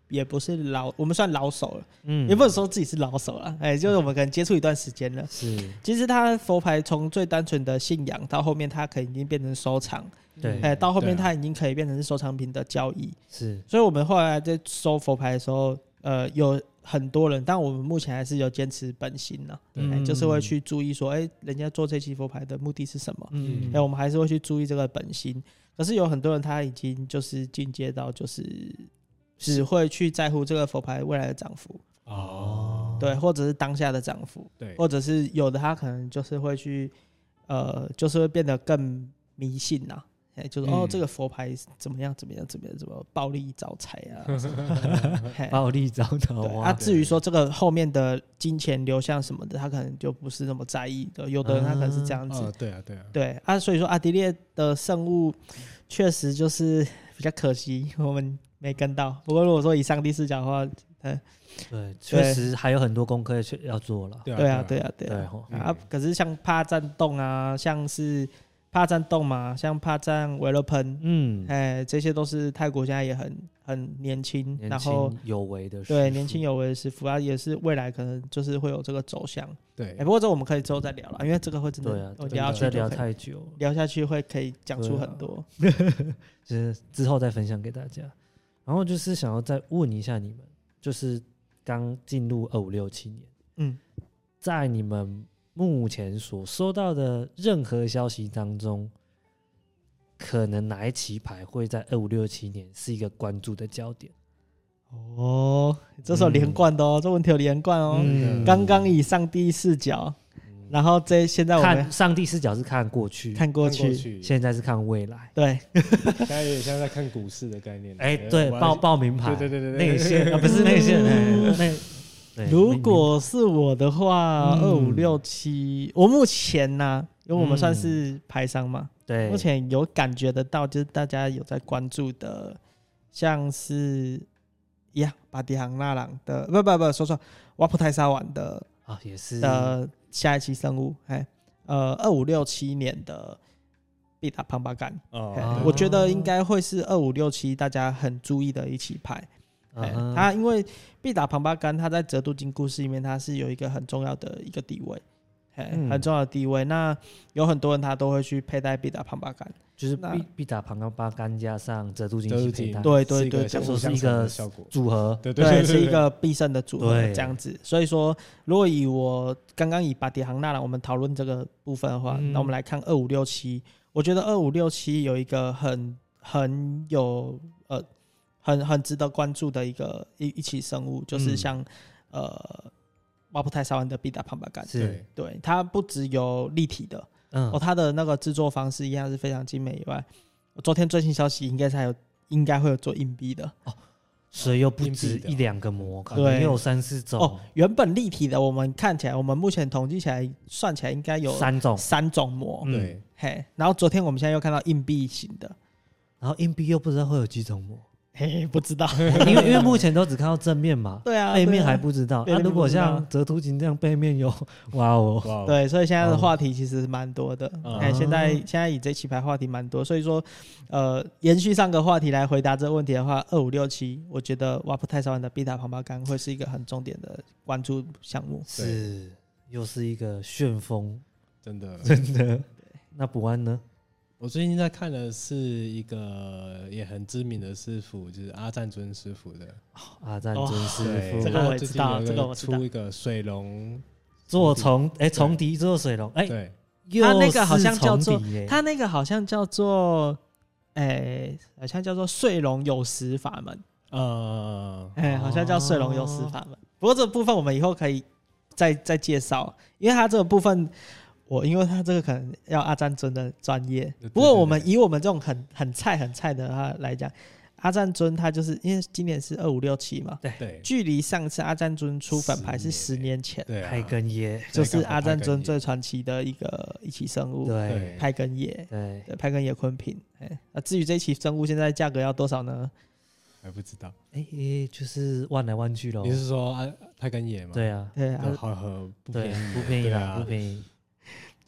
也不是老，我们算老手了，
嗯
也不能说自己是老手了，哎，就是我们可能接触一段时间了。
是
其实他佛牌从最单纯的信仰，到后面他可能已经变成收藏，
对
哎，到后面
对啊
他已经可以变成是收藏品的交易。
是，
所以我们后来在收佛牌的时候，呃，有很多人，但我们目前还是有坚持本心呢、
对
哎就是会去注意说，哎，人家做这期佛牌的目的是什么？
嗯
哎、我们还是会去注意这个本心。可是有很多人他已经就是进阶到就是只会去在乎这个佛牌未来的涨幅，
哦，
对，或者是当下的涨幅，
对，
或者是有的他可能就是会去，呃，就是会变得更迷信呐、哎、就是、哦
嗯，
这个佛牌怎么样怎么样怎么样怎么样暴力招财啊什么的，嘿
暴力招桃
哎对，
花
啊，，至于说这个后面的金钱流向什么的，他可能就不是那么在意的。有的人他可能是这样子，
哦，对啊，对啊，
对啊，所以说阿迪列的圣物确实就是比较可惜，我们没跟到。不过如果说以上帝视角的话，
对，确实还有很多功课去要做了。
对
对啊，对啊，对
对
啊。
吼，
嗯
啊，可是像帕战洞啊，像是帕战洞嘛，像帕战维勒喷，
嗯，
哎，这些都是泰国现在也很很年轻，
年
然后
轻有为的，
对年轻，有为的师傅啊，也是未来可能就是会有这个走向。
对
哎、，不过这我们可以之后再聊了，因为这个会真的，
对啊，
我
真
聊
的
下
再
去就
聊
可以
太久了，
聊下去会可以讲出
对啊
很多。
就是之后再分享给大家。然后就是想要再问一下你们，就是刚进入二五六七年，
嗯，
在你们目前所收到的任何消息当中，可能哪一棋牌会在二五六七年是一个关注的焦点？
哦，这首连贯的哦，这问题有连贯哦。
嗯
刚刚以上帝视角，然后这现在我们
看上帝视角是看过去，
看过
看
去，
现在是看未来。
对，
现在有点像在看股市的概念。
哎，对，报报名牌，
对对对对对
内 线啊，不是内线，哎内。对
如
明
果是我的话，
嗯
二五六七，我目前呢、因为我们算是牌商嘛，
嗯对
目前有感觉得到，就是大家有在关注的，像是呀，巴迪杭纳朗的，不不不，说错，瓦普泰沙碗的
啊也是
的下一期生物，哎，呃，二五六七年的必打庞巴干。嘿
啊
哦，
我觉得应该会是二五六七大家很注意的一起牌。嘿
嗯
它哎因为必打庞巴干，它在折度金故事里面，它是有一个很重要的一个地位，嘿
嗯
很重要的地位。那有很多人他都会去佩戴必打庞巴 干，
就是
那
必必打庞高巴干加上折度金
折
去
入
佩
金
戴，
对
是
对
一个
对，
相
对
辅
是
相
一
成
个
的效果。
组合，
对
对，
对，
是一个必胜的组合
对
这样子。所以说，如果以我刚刚以巴迪杭纳朗我们讨论这个部分的话，
嗯
那我们来看二五六七，我觉得二五六七有一个很很有呃很很值得关注的一个一一起生物，就是
嗯
像、呃瓦普泰沙湾的必达庞巴干，
是
对它不只有立体的、哦，
嗯
它的那个制作方式一样是非常精美以外，我昨天最新消息应该是还有应该会有做硬币的。
所以又不
硬币
止
的
一两个模，可
对
能有三四种
哦，，原本立体的，我们看起来，我们目前统计起来算起来应该有
三种，
三种模，
嗯
对，
嘿。然后昨天我们现在又看到硬币型的，
然后硬币又不知道会有几种模，
嘿，不知道。
因为因为目前都只看到正面嘛，
对啊，
背
对
面
啊
还不知道。
背
那
面
如
不
果
知道
像折图琴这样背面有，哇哦，
哇，
对，所以现在的话题其实蛮多的。
嗯
哎，现在现在以这棋牌话题蛮多，所以说，呃，延续上个话题来回答这个问题的话，二五六七，我觉得瓦普泰沙湾的必塔庞巴干会是一个很重点的关注项目。
是又是一个旋风，
真 的。
真的。那补安呢？
我最近在看的是一个也很知名的师傅，就是阿赞尊师傅的。
阿赞
哦
尊啊师
对
傅
这个我也知道
他最近有一
这个我知道
出一个水龙，
做重哎重敌做水龙哎，
对，
又
他那个好像
是
叫
重
做
敌耶
它那个好像叫做，哎、好像叫做睡龙有时法门，
呃，
哎、好像叫睡龙有时法门。不过这部分我们以后可以再再介绍，因为它这个部分，我因为它这个可能要阿占尊的专业
对。
不过我们
对
以我们这种很很菜很菜的他来讲，阿占尊他就是因为今年是二五六七嘛，
对
距离上次阿占尊出粉牌是
十
十
年
年前，
对啊，
拍根耶，
就是阿占尊
尊
最传奇的一个一起生物
对
拍根野。
对，
对，拍跟野坤平。哎，那至于这一期生物现在价格要多少呢？
还不知道，
哎哎，就是弯来弯去咯。
你是说啊阿拍跟野吗？
对啊，
哦对啊
对，，好和不
对
便宜，，
不便宜
对
啦，
啊
不，便宜。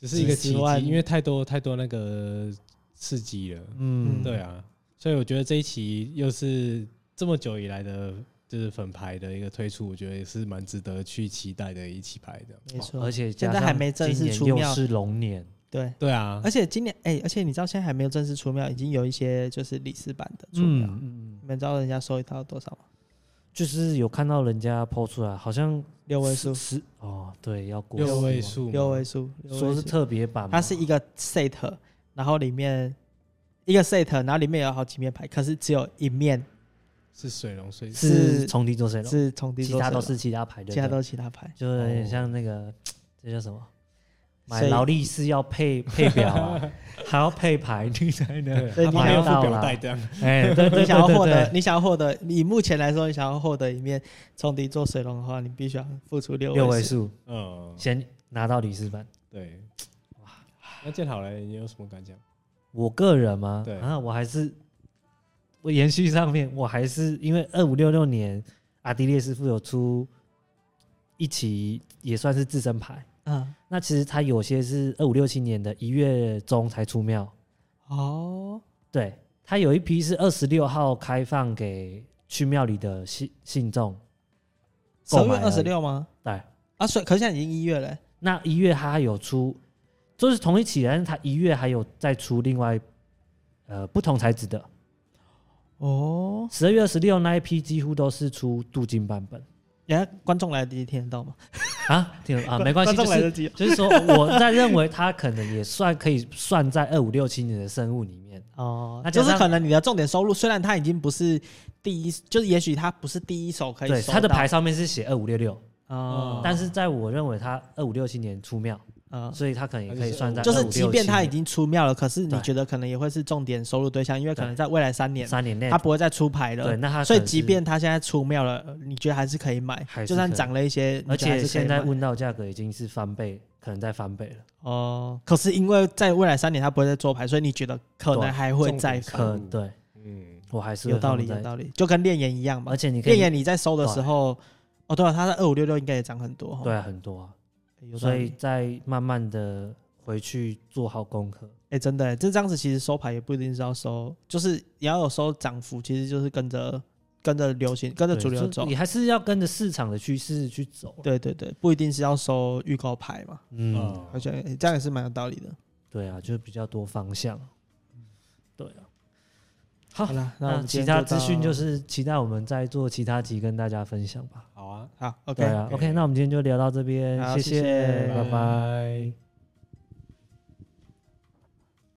只是一个奇
10万
迹，因为太多太多那个刺激了，
嗯，
对啊，所以我觉得这一期又是这么久以来的就是粉牌的一个推出，我觉得也是蛮值得去期待的一期牌这样。
没错
而，且加
现在
上
还没正
今
式
年
出
又
庙
是龙年，
对。
对啊
而，且今年哎、而且你知道现在还没有正式出庙，已经有一些就是李四版的出
嗯
庙。
嗯嗯，
你们知道人家收一套多少吗？
就是有看到人家抛出来，好像
六位数，
十哦，对，要过
六
十
位
嘛，
数嘛，
六位数，六位
说是
数
特别版嘛，
它是一个 set，然后里面一个 set，然后里面有好几面牌，可是只有一面
是水龙水
是
是
重叠做水龙，
是重叠
其
做水的，
他都是其他牌的，
其他都是其他牌。
就有点
哦
像那个这叫什么？买
所以
劳力士要配配表 啊，还要配牌，你才能
对
所以
它
你
旁边有
想到
附表
啦
带这样。
哎，对对对
你想要获
对
得，
对
你想要获得，以目前来说，你想要获得一面重叠做水龙的话，你必须要付出六
六
位
位。数，
嗯，
先拿到李斯版。
对。那建好嘞，你有什么感想？
我个人吗？
对
啊，我还是我延续上面，我还是因为二五六六年阿迪列斯傅有出一期，也算是自身牌。
嗯，
那其实它有些是二五六七年的一月中才出庙，
哦，
对，它有一批是二十六号开放给去庙里的信信众。
十
购
二
买
月
而
二
已
十六吗？
对，
啊，所以可是现在已经一月了欸，
那一月它有出，就是同一期，但是它一月还有再出另外呃不同材质的。
哦，
十二月二十六那一批几乎都是出镀金版本
人家观众来得及听得到吗？
啊，听啊，没关系，就
观众来
是
得及。
就是说，我在认为它可能也算可以算在二五六七年的生物里面，
哦，
那加
就
上
是可能你的重点收入，虽然它已经不是第一，就是也许它不是第一手可以
对，
收
它的
到
牌上面是写二五六六，
哦
嗯，
但是在我认为它二五六七年出庙，
嗯，
所以它可能也可以算在
它
就是即便它
它
已经出庙了，可是你
对
觉得可能也会是重点收入对象，因为可能在未来三年
三年内
它，不会再出牌
对，
了。
那它
所以
可能是
即便它现在出庙了，你觉得还是可以买
还，是
就算涨了一些，
而
你觉得还是
且
可以
现在
买
问到价格已经是翻倍，可能在翻倍了，
哦，可是因为在未来三年它不会再做牌，所以你觉得可
对
能还会
重
再
点
可
嗯
对
嗯，
我还是会
有道理，
放
有
在
道理，就跟炼岩一样嘛
而。且你可
炼
以
岩你在收的时候，哦，对了，它的二五六六应该也涨很多哈。
对啊很多啊，
有道
所
理，
以再慢慢的回去做好功课。
哎、真的欸，这这样子其实收牌也不一定是要收，就是也要有收涨幅，其实就是跟着跟着流行，跟着
对
主流
就
走。
你还是要跟着市场的趋势去走啦。
对对对，不一定是要收预告牌嘛，
嗯，
我觉得、欸这样也是蛮有道理的。
对啊，就比较多方向。对啊，好
好，啦，那我
哦那
们今
其
天
他资讯
到
就是期待我们再做其他集跟大家分享吧。
好啊，
好，OK，
对啊
OK
，OK，那我们今天就聊到这边，
好
谢
谢谢
拜
拜
拜。